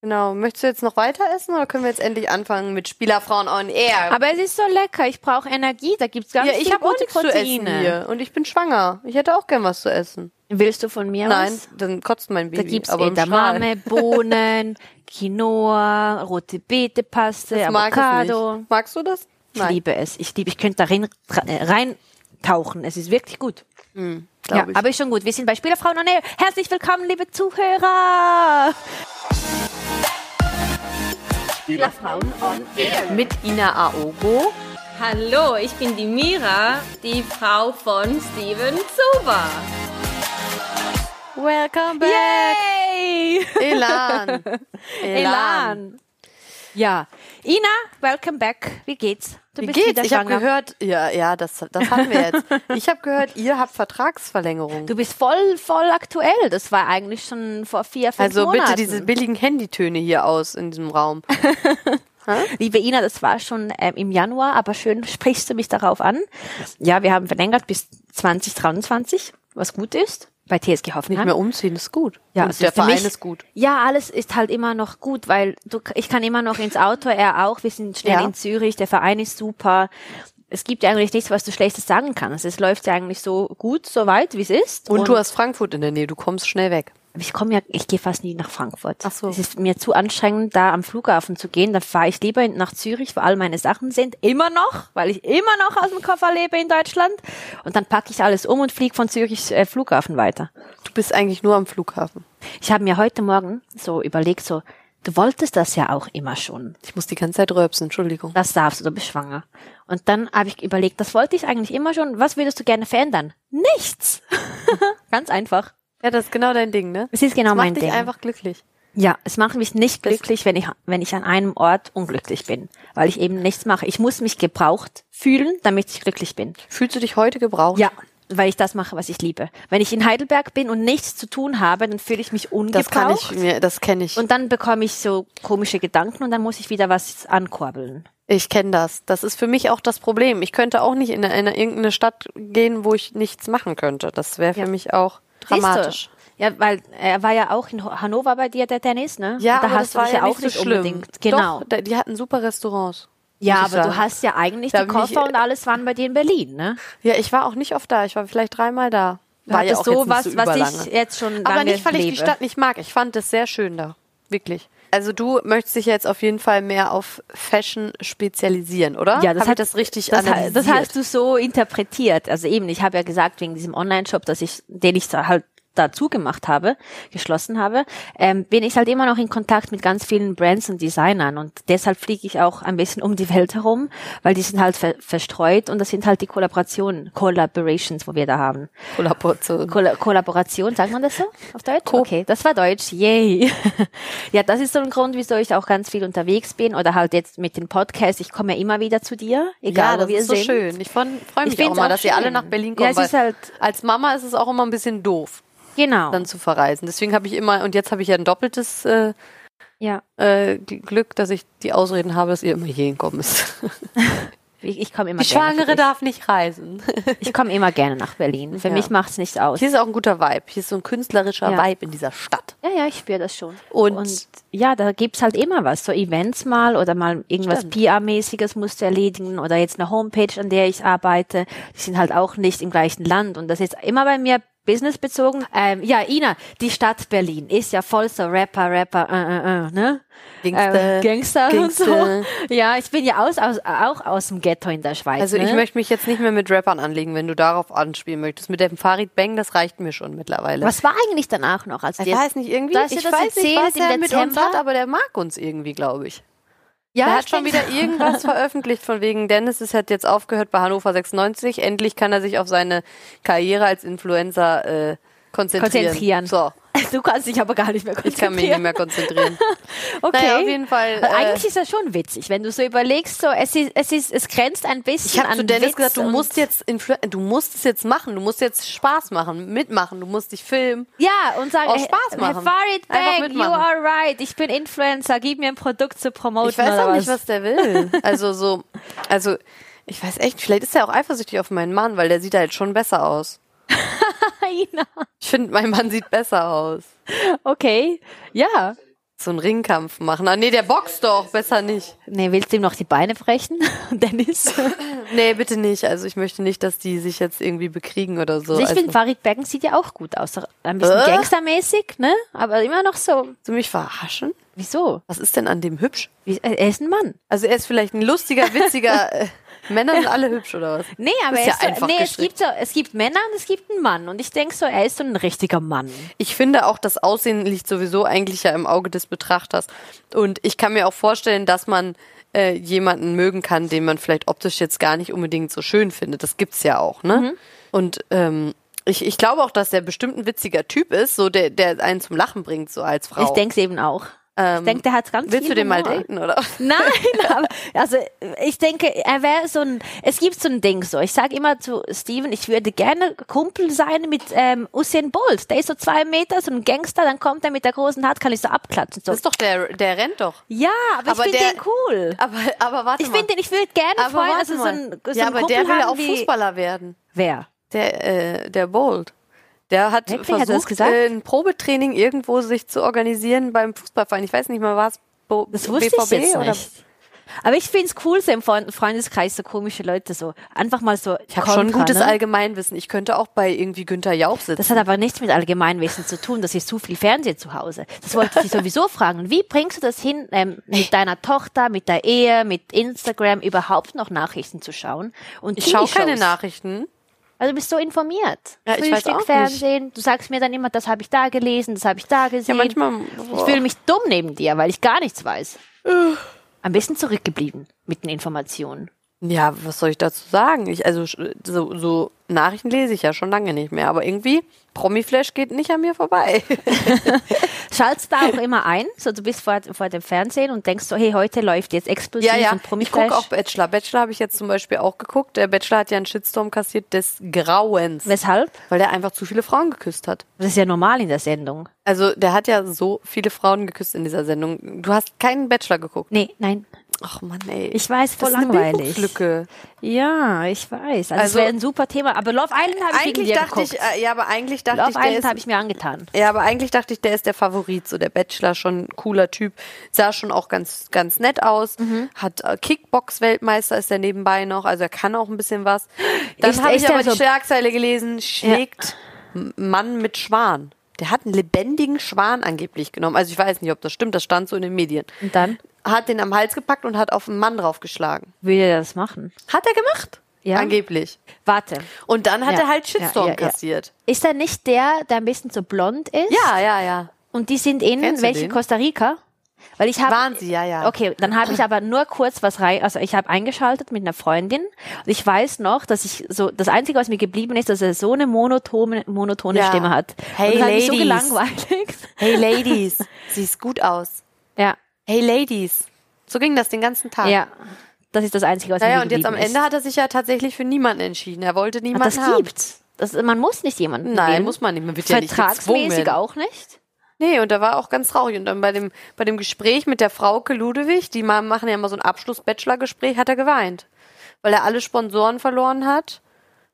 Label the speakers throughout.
Speaker 1: Genau. Möchtest du jetzt noch weiter essen oder können wir jetzt endlich anfangen mit Spielerfrauen on Air?
Speaker 2: Aber es ist so lecker. Ich brauche Energie. Da gibt's ganz
Speaker 1: ja,
Speaker 2: viel
Speaker 1: ich habe auch
Speaker 2: gute
Speaker 1: nichts zu essen
Speaker 2: Proteine.
Speaker 1: hier. Und ich bin schwanger. Ich hätte auch gern was zu essen.
Speaker 2: Willst du von mir
Speaker 1: Nein,
Speaker 2: was?
Speaker 1: dann kotzt mein
Speaker 2: Da
Speaker 1: Baby.
Speaker 2: gibt's
Speaker 1: aber im Strahl.
Speaker 2: Edamame, Bohnen, Quinoa, rote Beete-Paste,
Speaker 1: Ich mag es
Speaker 2: Avocado.
Speaker 1: nicht. Magst du das?
Speaker 2: Ich liebe es. Ich liebe, ich könnte da rein, äh, reintauchen. Es ist wirklich gut. Ja,
Speaker 1: glaub ich.
Speaker 2: aber ist schon gut. Wir sind bei Spielerfrauen und Air. Herzlich willkommen, liebe Zuhörer.
Speaker 1: Spielerfrauen on Air. Mit Ina Aogo.
Speaker 3: Hallo, ich bin die Mira, die Frau von Steven Zuber.
Speaker 1: Welcome back.
Speaker 2: Yay!
Speaker 1: Elan.
Speaker 2: Elan. Ja. Ina, welcome back. Wie geht's? Du
Speaker 1: Wie
Speaker 2: bist
Speaker 1: geht's?
Speaker 2: wieder
Speaker 1: Ich habe
Speaker 2: schwanger.
Speaker 1: gehört, ja, ja, das, das haben wir jetzt. Ich habe gehört, ihr habt Vertragsverlängerung.
Speaker 2: Du bist voll, voll aktuell. Das war eigentlich schon vor vier, fünf
Speaker 1: also
Speaker 2: Monaten.
Speaker 1: bitte diese billigen Handytöne hier aus in diesem Raum.
Speaker 2: Liebe Ina, das war schon ähm, im Januar, aber schön sprichst du mich darauf an. Ja, wir haben verlängert bis 2023, was gut ist. Bei TSG Hoffenheim.
Speaker 1: Nicht mehr umziehen ist gut.
Speaker 2: Ja,
Speaker 1: Und
Speaker 2: also
Speaker 1: der
Speaker 2: für
Speaker 1: Verein
Speaker 2: mich-
Speaker 1: ist gut.
Speaker 2: Ja, alles ist halt immer noch gut, weil du, ich kann immer noch ins Auto, er auch. Wir sind schnell
Speaker 1: Ja.
Speaker 2: in Zürich, der Verein ist super. Es gibt ja eigentlich nichts, was du Schlechtes sagen kannst. Es läuft ja eigentlich so gut, so weit, wie es ist.
Speaker 1: Und, du hast Frankfurt in der Nähe, du kommst schnell weg.
Speaker 2: ich komme ja, ich gehe fast nie nach Frankfurt.
Speaker 1: Ach so.
Speaker 2: Es ist mir zu anstrengend, da am Flughafen zu gehen. Dann fahre ich lieber nach Zürich, wo all meine Sachen sind. Immer noch, weil ich immer noch aus dem Koffer lebe in Deutschland. Und dann packe ich alles um und fliege von Zürich äh, Flughafen weiter.
Speaker 1: Du bist eigentlich nur am Flughafen.
Speaker 2: Ich habe mir heute Morgen so überlegt, so, du wolltest das ja auch immer schon.
Speaker 1: Ich muss die ganze Zeit röpsen, Entschuldigung.
Speaker 2: Das darfst du, du bist schwanger. Und dann habe ich überlegt, das wollte ich eigentlich immer schon. Was würdest du gerne verändern? Nichts. Ganz einfach.
Speaker 1: Ja, das ist genau dein Ding, ne?
Speaker 2: Es ist genau
Speaker 1: Das macht
Speaker 2: mein
Speaker 1: dich
Speaker 2: Ding.
Speaker 1: einfach glücklich.
Speaker 2: Ja, es macht mich nicht glücklich, wenn ich, wenn ich an einem Ort unglücklich bin, weil ich eben nichts mache. Ich muss mich gebraucht fühlen, damit ich glücklich bin.
Speaker 1: Fühlst du dich heute gebraucht?
Speaker 2: Ja, weil ich das mache, was ich liebe. Wenn ich in Heidelberg bin und nichts zu tun habe, dann fühle ich mich ungebraucht.
Speaker 1: Das kann ich mir, das kenne ich.
Speaker 2: Und dann bekomme ich so komische Gedanken und dann muss ich wieder was ankurbeln.
Speaker 1: Ich kenne das. Das ist für mich auch das Problem. Ich könnte auch nicht in eine, irgendeine Stadt gehen, wo ich nichts machen könnte. Das wäre für
Speaker 2: Ja.
Speaker 1: mich auch
Speaker 2: Siehst du?
Speaker 1: dramatisch.
Speaker 2: Ja, weil er war ja auch in Ho- Hannover bei dir, der Dennis, ne?
Speaker 1: Ja,
Speaker 2: da
Speaker 1: aber
Speaker 2: hast
Speaker 1: das
Speaker 2: du
Speaker 1: war
Speaker 2: dich
Speaker 1: ja
Speaker 2: auch
Speaker 1: nicht so schlimm.
Speaker 2: unbedingt. Genau.
Speaker 1: Doch, da, die hatten super Restaurants.
Speaker 2: ja,
Speaker 1: muss ich
Speaker 2: aber du
Speaker 1: sagen.
Speaker 2: hast ja eigentlich
Speaker 1: Da
Speaker 2: die
Speaker 1: bin ich-
Speaker 2: Koffer und alles waren bei dir in Berlin, ne?
Speaker 1: Ja, ich war auch nicht oft da. Ich war vielleicht dreimal da.
Speaker 2: Du
Speaker 1: war ja
Speaker 2: hattest
Speaker 1: auch
Speaker 2: so
Speaker 1: jetzt
Speaker 2: was,
Speaker 1: nicht so
Speaker 2: was
Speaker 1: überlange.
Speaker 2: ich jetzt schon lange
Speaker 1: Aber nicht, weil ich
Speaker 2: lebe.
Speaker 1: die Stadt nicht mag. Ich fand es sehr schön da. Wirklich. Also du möchtest dich jetzt auf jeden Fall mehr auf Fashion spezialisieren, oder?
Speaker 2: Ja,
Speaker 1: Hab
Speaker 2: das
Speaker 1: ich
Speaker 2: hat-
Speaker 1: das richtig
Speaker 2: das, ha-
Speaker 1: analysiert.
Speaker 2: das hast du so interpretiert. Also eben, ich habe ja gesagt, wegen diesem Online-Shop, dass ich, den ich da halt dazu gemacht habe, geschlossen habe, ähm, bin ich halt immer noch in Kontakt mit ganz vielen Brands und Designern und deshalb fliege ich auch ein bisschen um die Welt herum, weil die sind halt ver verstreut und das sind halt die Kollaborationen, Collaborations, wo wir da haben.
Speaker 1: Kollaboration.
Speaker 2: Kolla Kollaboration, sagt man das so auf Deutsch? Okay, das war Deutsch, yay. ja, das ist so ein Grund, wieso ich auch ganz viel unterwegs bin oder halt jetzt mit dem Podcast. Ich komme ja immer wieder zu dir, egal
Speaker 1: ja, das
Speaker 2: wo wir
Speaker 1: ist so
Speaker 2: sind.
Speaker 1: schön. Ich freue mich auch
Speaker 2: find's
Speaker 1: immer,
Speaker 2: auch
Speaker 1: dass ihr alle
Speaker 2: schön.
Speaker 1: nach Berlin
Speaker 2: Ja,
Speaker 1: kommt.
Speaker 2: es ist
Speaker 1: weil
Speaker 2: halt-
Speaker 1: als Mama ist es auch immer ein bisschen doof,
Speaker 2: Genau.
Speaker 1: dann zu verreisen. Deswegen habe ich immer, und jetzt habe ich ja ein doppeltes äh,
Speaker 2: ja.
Speaker 1: äh, Gl- Glück, dass ich die Ausreden habe, dass ihr immer hier hinkommen müsst.
Speaker 2: Ich, ich komme immer
Speaker 1: Die
Speaker 2: gerne. für
Speaker 1: Schwangere
Speaker 2: dich.
Speaker 1: darf nicht reisen.
Speaker 2: Ich komme immer gerne nach Berlin. Für
Speaker 1: Ja.
Speaker 2: mich macht's nichts aus.
Speaker 1: Hier ist auch ein guter Vibe. Hier ist so ein künstlerischer
Speaker 2: Ja.
Speaker 1: Vibe in dieser Stadt.
Speaker 2: Ja, ja, ich spüre das schon.
Speaker 1: Und-
Speaker 2: ja, da gibt's halt immer was. So Events mal oder mal irgendwas
Speaker 1: Stimmt.
Speaker 2: PR-mäßiges musst du erledigen oder jetzt eine Homepage, an der ich arbeite. Die sind halt auch nicht im gleichen Land und das ist immer bei mir businessbezogen. Ähm, ja, Ina, die Stadt Berlin ist ja voll so Rapper, Rapper, äh, äh, äh, ne?
Speaker 1: Gangster.
Speaker 2: ähm, Gangster,
Speaker 1: Gangster.
Speaker 2: und so. Ja, ich bin ja aus, aus, auch aus dem Ghetto in der Schweiz.
Speaker 1: Also
Speaker 2: ne?
Speaker 1: ich möchte mich jetzt nicht mehr mit Rappern anlegen, wenn du darauf anspielen möchtest. Mit dem Farid Bang, das reicht mir schon mittlerweile.
Speaker 2: Was war eigentlich danach noch? Also
Speaker 1: Ich weiß nicht, irgendwie,
Speaker 2: Dass
Speaker 1: ich
Speaker 2: ihr das
Speaker 1: weiß nicht, was
Speaker 2: erzählt im
Speaker 1: er mit uns
Speaker 2: Dezember?
Speaker 1: hat, aber der mag uns irgendwie, glaube ich.
Speaker 2: ja,
Speaker 1: der hat schon
Speaker 2: stimmt.
Speaker 1: wieder irgendwas veröffentlicht von wegen Dennis, es hat jetzt aufgehört bei Hannover 96. Endlich kann er sich auf seine Karriere als Influencer äh, konzentrieren.
Speaker 2: konzentrieren.
Speaker 1: So,
Speaker 2: Du kannst dich aber gar nicht mehr
Speaker 1: ich kann mich
Speaker 2: konzentrieren.
Speaker 1: nicht mehr konzentrieren.
Speaker 2: Okay.
Speaker 1: Naja, auf jeden Fall.
Speaker 2: Aber
Speaker 1: Äh,
Speaker 2: Eigentlich ist das schon witzig, wenn du so überlegst, so es ist, es ist, es grenzt ein bisschen
Speaker 1: ich habe
Speaker 2: an
Speaker 1: zu Dennis
Speaker 2: Witz
Speaker 1: gesagt, du
Speaker 2: und-
Speaker 1: musst jetzt Influ du musst es jetzt machen, du musst jetzt Spaß machen, mitmachen, du musst dich filmen.
Speaker 2: ja und sagen,
Speaker 1: auch
Speaker 2: hey,
Speaker 1: Spaß machen.
Speaker 2: Herr Farid
Speaker 1: Einfach
Speaker 2: Bang, you
Speaker 1: mitmachen.
Speaker 2: are right, ich bin Influencer, gib mir ein Produkt zu promoten
Speaker 1: Ich weiß
Speaker 2: oder
Speaker 1: auch nicht,
Speaker 2: was.
Speaker 1: was der will. Also so, also ich weiß echt, vielleicht ist er auch eifersüchtig auf meinen Mann, weil der sieht halt schon besser aus.
Speaker 2: Nein.
Speaker 1: Ich finde, mein Mann sieht besser aus.
Speaker 2: Okay, ja.
Speaker 1: So einen Ringkampf machen. Ah, nee, der boxt doch, besser nicht.
Speaker 2: Nee, willst du ihm noch die Beine brechen, Dennis? Also
Speaker 1: Nee, bitte nicht. Also ich möchte nicht, dass die sich jetzt irgendwie bekriegen oder so.
Speaker 2: Also ich
Speaker 1: also,
Speaker 2: finde, Farid Bergen sieht ja auch gut aus. Ein bisschen
Speaker 1: Äh?
Speaker 2: gangstermäßig, ne? Aber immer noch so.
Speaker 1: willst du mich verarschen?
Speaker 2: Wieso?
Speaker 1: Was ist denn an dem hübsch?
Speaker 2: Wie, äh, er ist ein Mann.
Speaker 1: Also er ist vielleicht ein lustiger, witziger. äh, Männer sind alle hübsch oder was?
Speaker 2: Nee, aber
Speaker 1: Ist
Speaker 2: er
Speaker 1: ja
Speaker 2: ist so,
Speaker 1: einfach
Speaker 2: nee, es
Speaker 1: gestrickt.
Speaker 2: gibt so, es gibt Männer und es gibt einen Mann. Und ich denke so, er ist so ein richtiger Mann.
Speaker 1: Ich finde auch, das Aussehen liegt sowieso eigentlich ja im Auge des Betrachters. Und ich kann mir auch vorstellen, dass man äh, jemanden mögen kann, den man vielleicht optisch jetzt gar nicht unbedingt so schön findet. Das gibt's ja auch, ne?
Speaker 2: Mhm.
Speaker 1: Und ähm, ich, ich glaube auch, dass der bestimmt ein witziger Typ ist, so der, der einen zum Lachen bringt, so als Frau.
Speaker 2: Ich denke eben auch. ich
Speaker 1: Ähm,
Speaker 2: denke, der hat ganz
Speaker 1: Willst du
Speaker 2: viel
Speaker 1: den mal
Speaker 2: Humor.
Speaker 1: daten, oder?
Speaker 2: Nein, aber, also ich denke, er wäre so ein, es gibt so ein Ding so. Ich sage immer zu Steven, ich würde gerne Kumpel sein mit ähm, Usain Bolt. Der ist so zwei Meter, so ein Gangster, dann kommt er mit der großen Hand, kann ich so abklatschen. So.
Speaker 1: Das ist doch der, der rennt doch.
Speaker 2: Ja, aber,
Speaker 1: Aber
Speaker 2: ich finde
Speaker 1: der-
Speaker 2: den cool.
Speaker 1: Aber, aber warte
Speaker 2: Ich
Speaker 1: mal.
Speaker 2: finde den, ich würde gerne
Speaker 1: aber
Speaker 2: Freund,
Speaker 1: warte
Speaker 2: also so
Speaker 1: mal.
Speaker 2: ein, so
Speaker 1: ja,
Speaker 2: einen
Speaker 1: aber
Speaker 2: Kumpel
Speaker 1: der will ja
Speaker 2: haben
Speaker 1: auch
Speaker 2: wie,
Speaker 1: Fußballer werden.
Speaker 2: Wer?
Speaker 1: Der, äh, der Bold. Der hat
Speaker 2: Wirklich? Hat er das
Speaker 1: versucht,
Speaker 2: gesagt?
Speaker 1: äh, ein Probetraining irgendwo sich zu organisieren beim Fußballverein. Ich weiß nicht mal, war es Bo-
Speaker 2: Das wusste
Speaker 1: BVB
Speaker 2: ich jetzt
Speaker 1: oder?
Speaker 2: nicht. Aber ich finde es cool, so im Freund- Freundeskreis so komische Leute so einfach mal so.
Speaker 1: Ich habe schon gutes
Speaker 2: ne?
Speaker 1: Allgemeinwissen. Ich könnte auch bei irgendwie Günther Jauch sitzen.
Speaker 2: Das hat aber nichts mit Allgemeinwissen zu tun, dass ich zu viel Fernsehen zu Hause. Das wollte ich dich sowieso fragen. Wie bringst du das hin, ähm, mit deiner Tochter, mit der Ehe, mit Instagram überhaupt noch Nachrichten zu schauen? Und
Speaker 1: ich schaue
Speaker 2: TV-Shows?
Speaker 1: keine Nachrichten.
Speaker 2: Also du bist so informiert.
Speaker 1: Ja, ich weiß
Speaker 2: Frühstück,
Speaker 1: auch nicht.
Speaker 2: Fernsehen. Du sagst mir dann immer, das habe ich da gelesen, das habe ich da gesehen.
Speaker 1: manchmal-
Speaker 2: Ich fühle mich dumm neben dir, weil ich gar nichts weiß. Ein bisschen zurückgeblieben mit den Informationen.
Speaker 1: Ja, was soll ich dazu sagen? Ich, also sch- so, so Nachrichten lese ich ja schon lange nicht mehr. Aber irgendwie, Promiflash geht nicht an mir vorbei.
Speaker 2: Schaltest da auch immer ein, so du bist vor, vor dem Fernsehen und denkst so, hey, heute läuft jetzt explosiv
Speaker 1: ja, ja.
Speaker 2: und Promi
Speaker 1: Ich gucke auch Bachelor. Bachelor habe ich jetzt zum Beispiel auch geguckt. Der Bachelor hat ja einen Shitstorm kassiert des Grauens.
Speaker 2: Weshalb?
Speaker 1: Weil der einfach zu viele Frauen geküsst hat.
Speaker 2: Das ist ja normal in der Sendung.
Speaker 1: Also, der hat ja so viele Frauen geküsst in dieser Sendung. Du hast keinen Bachelor geguckt.
Speaker 2: Nee, nein.
Speaker 1: Ach Mann, ey.
Speaker 2: Ich weiß, voll
Speaker 1: das ist eine
Speaker 2: langweilig.
Speaker 1: Bildungslücke.
Speaker 2: Ja, ich weiß. Also, es
Speaker 1: Also-
Speaker 2: wäre ein super Thema. Aber Love Island habe ich wegen
Speaker 1: Eigentlich
Speaker 2: dir
Speaker 1: dachte
Speaker 2: geguckt.
Speaker 1: ich, äh, ja, aber eigentlich dachte
Speaker 2: Love
Speaker 1: ich, der
Speaker 2: Island
Speaker 1: ist,
Speaker 2: habe ich mir angetan.
Speaker 1: ja, aber eigentlich dachte ich, der ist der Favorit, so der Bachelor, schon ein cooler Typ, sah schon auch ganz, ganz nett aus,
Speaker 2: Mhm.
Speaker 1: hat äh, Kickbox-Weltmeister ist er nebenbei noch, also er kann auch ein bisschen was. Dann
Speaker 2: Ist-
Speaker 1: habe
Speaker 2: ist
Speaker 1: ich
Speaker 2: der
Speaker 1: aber die
Speaker 2: so-
Speaker 1: Schlagzeile gelesen, schlägt M- Mann mit Schwan. Der hat einen lebendigen Schwan angeblich genommen. Also ich weiß nicht, ob das stimmt, das stand so in den Medien.
Speaker 2: Und dann
Speaker 1: hat den am Hals gepackt und hat auf einen Mann draufgeschlagen.
Speaker 2: würde er das machen.
Speaker 1: Hat er gemacht?
Speaker 2: Ja.
Speaker 1: Angeblich.
Speaker 2: Warte.
Speaker 1: Und dann hat
Speaker 2: Ja,
Speaker 1: er halt
Speaker 2: ja,
Speaker 1: Shitstorm
Speaker 2: ja, ja.
Speaker 1: kassiert.
Speaker 2: Ist er nicht der, der ein bisschen so blond ist?
Speaker 1: Ja, ja, ja.
Speaker 2: Und die sind in
Speaker 1: Kennst du
Speaker 2: welchen
Speaker 1: den?
Speaker 2: Costa Rica? Weil ich habe
Speaker 1: Waren sie, ja, ja.
Speaker 2: Okay, dann habe ich aber nur kurz was rein, also ich habe eingeschaltet mit einer Freundin und ich weiß noch, dass ich so das einzige was mir geblieben ist, dass er so eine monotone monotone
Speaker 1: Ja.
Speaker 2: Stimme hat.
Speaker 1: Hey,
Speaker 2: und das hat mich so
Speaker 1: Ladies.
Speaker 2: gelangweilt.
Speaker 1: Hey Ladies, siehst gut aus.
Speaker 2: Ja.
Speaker 1: Hey Ladies. So ging das den ganzen Tag.
Speaker 2: Ja. Das ist das einzige was
Speaker 1: Naja,
Speaker 2: mir
Speaker 1: und jetzt am
Speaker 2: geblieben
Speaker 1: Ende
Speaker 2: ist.
Speaker 1: hat er sich ja tatsächlich für niemanden entschieden. Er wollte
Speaker 2: Ah,
Speaker 1: niemanden
Speaker 2: das
Speaker 1: haben.
Speaker 2: gibt's. Das, man muss nicht jemanden
Speaker 1: Nein,
Speaker 2: wählen.
Speaker 1: muss man nicht. Man wird ja nicht
Speaker 2: Vertragsmäßig
Speaker 1: gezwungen.
Speaker 2: auch nicht.
Speaker 1: Nee, und da war auch ganz traurig. Und dann bei dem, bei dem Gespräch mit der Frauke Ludewig, die mal machen ja immer so ein Abschluss-Bachelor-Gespräch, hat er geweint. Weil er alle Sponsoren verloren hat.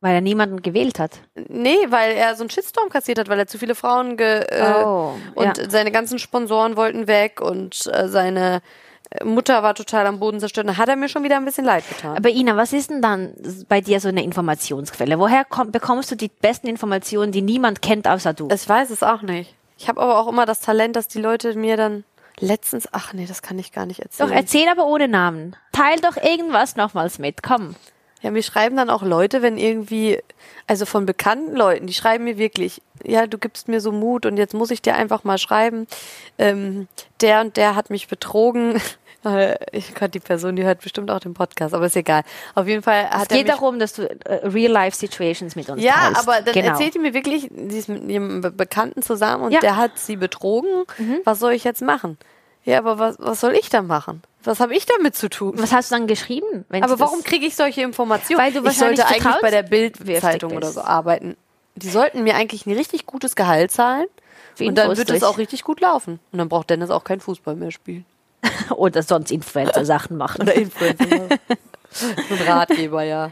Speaker 2: Weil er niemanden gewählt hat.
Speaker 1: Nee, weil er so einen Shitstorm kassiert hat, weil er zu viele Frauen ge
Speaker 2: Oh,
Speaker 1: äh, und
Speaker 2: ja.
Speaker 1: seine ganzen Sponsoren wollten weg und äh, seine äh, Mutter war total am Boden zerstört. Da hat er mir schon wieder ein bisschen leid getan.
Speaker 2: Aber Ina, was ist denn dann bei dir so eine Informationsquelle? Woher komm, bekommst du die besten Informationen, die niemand kennt außer du?
Speaker 1: ich weiß es auch nicht. Ich habe aber auch immer das Talent, dass die Leute mir dann letztens, ach nee, das kann ich gar nicht erzählen.
Speaker 2: Doch, erzähl aber ohne Namen. Teil doch irgendwas nochmals mit. Komm.
Speaker 1: Ja, mir schreiben dann auch Leute, wenn irgendwie, also von bekannten Leuten, die schreiben mir wirklich, ja, du gibst mir so Mut und jetzt muss ich dir einfach mal schreiben, ähm, der und der hat mich betrogen. Äh, Ich Gott, die Person, die hört bestimmt auch den Podcast, aber ist egal. Auf jeden Fall hat
Speaker 2: Es
Speaker 1: er
Speaker 2: geht
Speaker 1: mich
Speaker 2: darum, dass du äh, Real-Life-Situations mit uns
Speaker 1: ja,
Speaker 2: teilst.
Speaker 1: aber dann
Speaker 2: genau.
Speaker 1: erzählt die mir wirklich, sie ist mit ihrem Be- Bekannten zusammen und
Speaker 2: Ja. Mhm.
Speaker 1: der hat sie betrogen. Was soll ich jetzt machen? Ja, aber was, was soll ich da machen? Was habe ich damit zu tun?
Speaker 2: Was hast du dann geschrieben? wenn
Speaker 1: Aber
Speaker 2: sie das-
Speaker 1: warum kriege ich solche Informationen?
Speaker 2: Weil du
Speaker 1: ich sollte
Speaker 2: wahrscheinlich
Speaker 1: eigentlich bei der
Speaker 2: vertrauenswürdig
Speaker 1: Bild-Zeitung oder
Speaker 2: bist.
Speaker 1: so arbeiten. Die sollten mir eigentlich ein richtig gutes Gehalt zahlen.
Speaker 2: Für
Speaker 1: und dann
Speaker 2: Infos
Speaker 1: wird
Speaker 2: durch.
Speaker 1: es auch richtig gut laufen. Und dann braucht Dennis auch keinen Fußball mehr spielen.
Speaker 2: Oder sonst Influencer-Sachen machen.
Speaker 1: Oder Influencer. so ein Ratgeber, ja.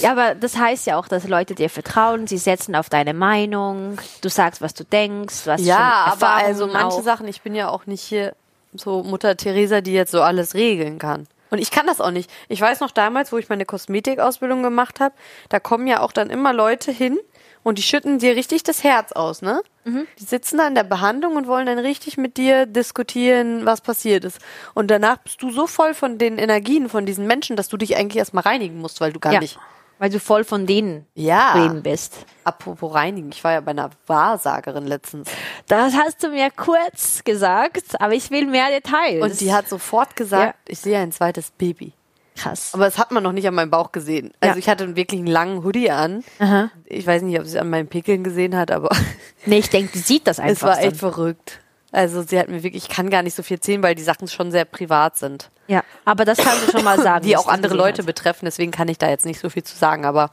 Speaker 2: Ja, aber das heißt ja auch, dass Leute dir vertrauen, sie setzen auf deine Meinung, du sagst, was du denkst, was
Speaker 1: Ja,
Speaker 2: schon
Speaker 1: aber
Speaker 2: Erfahrungen
Speaker 1: also manche
Speaker 2: auch.
Speaker 1: Sachen, ich bin ja auch nicht hier so Mutter Teresa, die jetzt so alles regeln kann. Und ich kann das auch nicht. Ich weiß noch damals, wo ich meine Kosmetikausbildung gemacht habe, da kommen ja auch dann immer Leute hin und die schütten dir richtig das Herz aus, ne?
Speaker 2: Mhm.
Speaker 1: Die sitzen da in der Behandlung und wollen dann richtig mit dir diskutieren, was passiert ist. Und danach bist du so voll von den Energien von diesen Menschen, dass du dich eigentlich erstmal reinigen musst, weil du gar
Speaker 2: Ja.
Speaker 1: nicht.
Speaker 2: Weil du voll von denen
Speaker 1: Ja.
Speaker 2: reden bist.
Speaker 1: Apropos reinigen, ich war ja bei einer Wahrsagerin letztens.
Speaker 2: Das hast du mir kurz gesagt, aber ich will mehr Details.
Speaker 1: Und die hat sofort gesagt, ich sehe ein zweites Baby.
Speaker 2: krass.
Speaker 1: Aber das hat man noch nicht an meinem Bauch gesehen. Also
Speaker 2: Ja.
Speaker 1: ich hatte wirklich einen langen Hoodie an.
Speaker 2: Aha.
Speaker 1: Ich weiß nicht, ob sie es an meinen Pickeln gesehen hat, aber
Speaker 2: Nee, ich denke, die sieht das einfach.
Speaker 1: es war
Speaker 2: dann.
Speaker 1: echt verrückt. Also sie hat mir wirklich, ich kann gar nicht so viel zählen, weil die Sachen schon sehr privat sind.
Speaker 2: Ja, aber das kannst du schon mal sagen.
Speaker 1: die
Speaker 2: dass
Speaker 1: auch
Speaker 2: du
Speaker 1: andere
Speaker 2: gesehen
Speaker 1: Leute
Speaker 2: hast.
Speaker 1: betreffen, deswegen kann ich da jetzt nicht so viel zu sagen, aber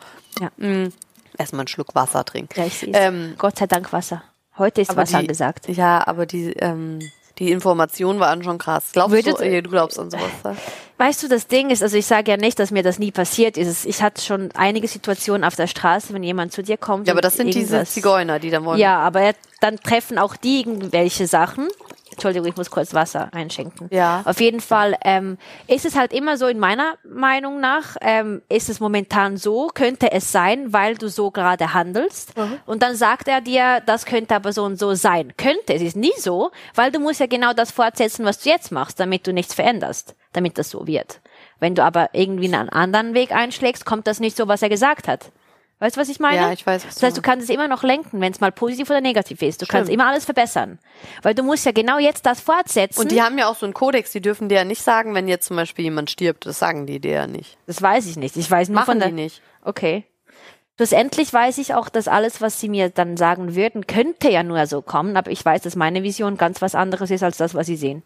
Speaker 1: mm,
Speaker 2: Ja.
Speaker 1: erstmal einen Schluck Wasser trinken.
Speaker 2: Ja, ich sehe
Speaker 1: Ähm,
Speaker 2: Gott sei Dank Wasser. Heute ist
Speaker 1: aber
Speaker 2: Wasser
Speaker 1: die-
Speaker 2: gesagt.
Speaker 1: Ja, aber die, ähm, die Information war schon krass. Glaubst
Speaker 2: Würdet-
Speaker 1: du, äh, du glaubst an sowas? ne?
Speaker 2: Weißt du, das Ding ist, also ich sage ja nicht, dass mir das nie passiert ist. Ich hatte schon einige Situationen auf der Straße, wenn jemand zu dir kommt.
Speaker 1: Ja, aber
Speaker 2: und
Speaker 1: das sind diese
Speaker 2: irgendwas-
Speaker 1: Zigeuner, die dann wollen.
Speaker 2: Ja, aber er- dann treffen auch die irgendwelche Sachen. Entschuldigung, ich muss kurz Wasser einschenken.
Speaker 1: Ja.
Speaker 2: Auf jeden Fall ähm, ist es halt immer so, in meiner Meinung nach, ähm, ist es momentan so, könnte es sein, weil du so gerade handelst.
Speaker 1: Mhm.
Speaker 2: Und dann sagt er dir, das könnte aber so und so sein. Könnte, es ist nie so, weil du musst ja genau das fortsetzen, was du jetzt machst, damit du nichts veränderst, damit das so wird. Wenn du aber irgendwie einen anderen Weg einschlägst, kommt das nicht so, was er gesagt hat. Weißt du, was ich meine?
Speaker 1: Ja, ich weiß, was
Speaker 2: Das
Speaker 1: du
Speaker 2: heißt, du kannst es immer noch lenken, wenn es mal positiv oder negativ ist. Du kannst immer alles verbessern. Weil du musst ja genau jetzt das fortsetzen.
Speaker 1: Und die haben ja auch so einen Kodex, die dürfen dir ja nicht sagen, wenn jetzt zum Beispiel jemand stirbt, das sagen die dir ja nicht.
Speaker 2: das weiß ich nicht. Ich weiß nur
Speaker 1: Machen
Speaker 2: von der
Speaker 1: die nicht.
Speaker 2: Okay. Schlussendlich weiß ich auch, dass alles, was sie mir dann sagen würden, könnte ja nur so kommen, aber ich weiß, dass meine Vision ganz was anderes ist als das, was sie sehen.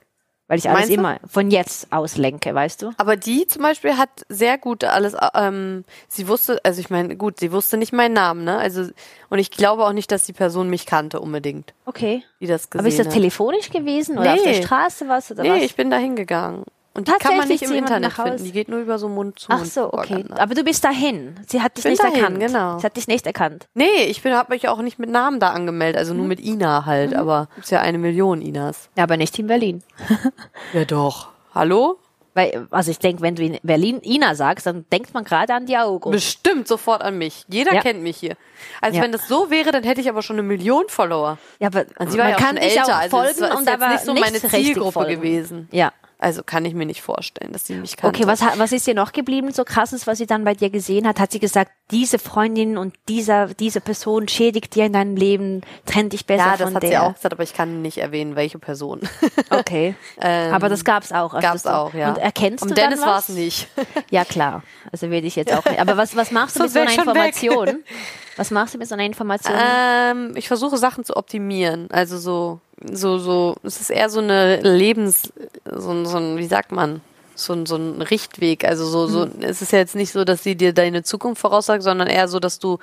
Speaker 2: Weil ich alles
Speaker 1: Meinst du?
Speaker 2: immer von jetzt aus lenke, weißt du?
Speaker 1: Aber die zum Beispiel hat sehr gut alles, ähm, sie wusste, also ich meine, gut, sie wusste nicht meinen Namen, ne? Also, und ich glaube auch nicht, dass die Person mich kannte unbedingt,
Speaker 2: Okay.
Speaker 1: die das gesehen
Speaker 2: Aber ist das
Speaker 1: hat.
Speaker 2: telefonisch gewesen oder auf der
Speaker 1: Nee.
Speaker 2: Straße was oder
Speaker 1: Nee,
Speaker 2: was?
Speaker 1: ich bin da hingegangen. Und die kann man
Speaker 2: Tatsächlich
Speaker 1: nicht
Speaker 2: zu
Speaker 1: im
Speaker 2: jemandem
Speaker 1: Internet
Speaker 2: nach Hause?
Speaker 1: finden, die geht nur über so Mund zu
Speaker 2: Ach so, okay. Aber du bist dahin. Sie hat dich
Speaker 1: Bin
Speaker 2: nicht
Speaker 1: dahin,
Speaker 2: erkannt.
Speaker 1: genau.
Speaker 2: Sie hat dich nicht erkannt.
Speaker 1: Nee, ich bin, hab mich auch nicht mit Namen da angemeldet, also
Speaker 2: Mhm.
Speaker 1: nur mit Ina halt, aber gibt's ja eine Million Inas.
Speaker 2: Ja, aber nicht in Berlin.
Speaker 1: Ja doch. Hallo?
Speaker 2: Weil, also ich denke, wenn du in Berlin Ina sagst, dann denkt man gerade an Diago.
Speaker 1: Bestimmt sofort an mich. Jeder
Speaker 2: Ja.
Speaker 1: kennt mich hier. Also
Speaker 2: Ja.
Speaker 1: wenn das so wäre, dann hätte ich aber schon eine Million Follower.
Speaker 2: Ja, aber
Speaker 1: Also sie war
Speaker 2: man
Speaker 1: ja auch schon
Speaker 2: kann dich
Speaker 1: älter,
Speaker 2: auch
Speaker 1: also
Speaker 2: folgen
Speaker 1: es war- ist
Speaker 2: und
Speaker 1: jetzt
Speaker 2: aber
Speaker 1: nicht so meine
Speaker 2: richtig
Speaker 1: Zielgruppe
Speaker 2: folgen.
Speaker 1: gewesen.
Speaker 2: Ja.
Speaker 1: Also kann ich mir nicht vorstellen, dass die mich kannte.
Speaker 2: Okay, was, ha- was ist dir noch geblieben, so krasses, was sie dann bei dir gesehen hat? Hat sie gesagt, diese Freundin und dieser, diese Person schädigt dir in deinem Leben, trennt dich besser
Speaker 1: ja,
Speaker 2: von
Speaker 1: das hat
Speaker 2: der?
Speaker 1: sie auch gesagt, aber ich kann nicht erwähnen, welche Person.
Speaker 2: Okay. aber das gab's auch. Also
Speaker 1: Ähm, Gab's
Speaker 2: das-
Speaker 1: auch, ja.
Speaker 2: Und erkennst
Speaker 1: Und
Speaker 2: du
Speaker 1: Dennis
Speaker 2: dann
Speaker 1: war es
Speaker 2: was?
Speaker 1: nicht.
Speaker 2: Ja, klar. Also will ich jetzt auch nicht. Aber was, was machst du
Speaker 1: Sonst
Speaker 2: mit so
Speaker 1: wär
Speaker 2: einer
Speaker 1: ich schon weg.
Speaker 2: Information? Was machst du mit so einer Information?
Speaker 1: Ähm, ich versuche Sachen zu optimieren. Also so, so, so, es ist eher so eine Lebens, so, ein- so ein, wie sagt man, so, ein- so ein Richtweg. Also so, so, es ist ja jetzt nicht so, dass sie dir deine Zukunft voraussagt, sondern eher so, dass du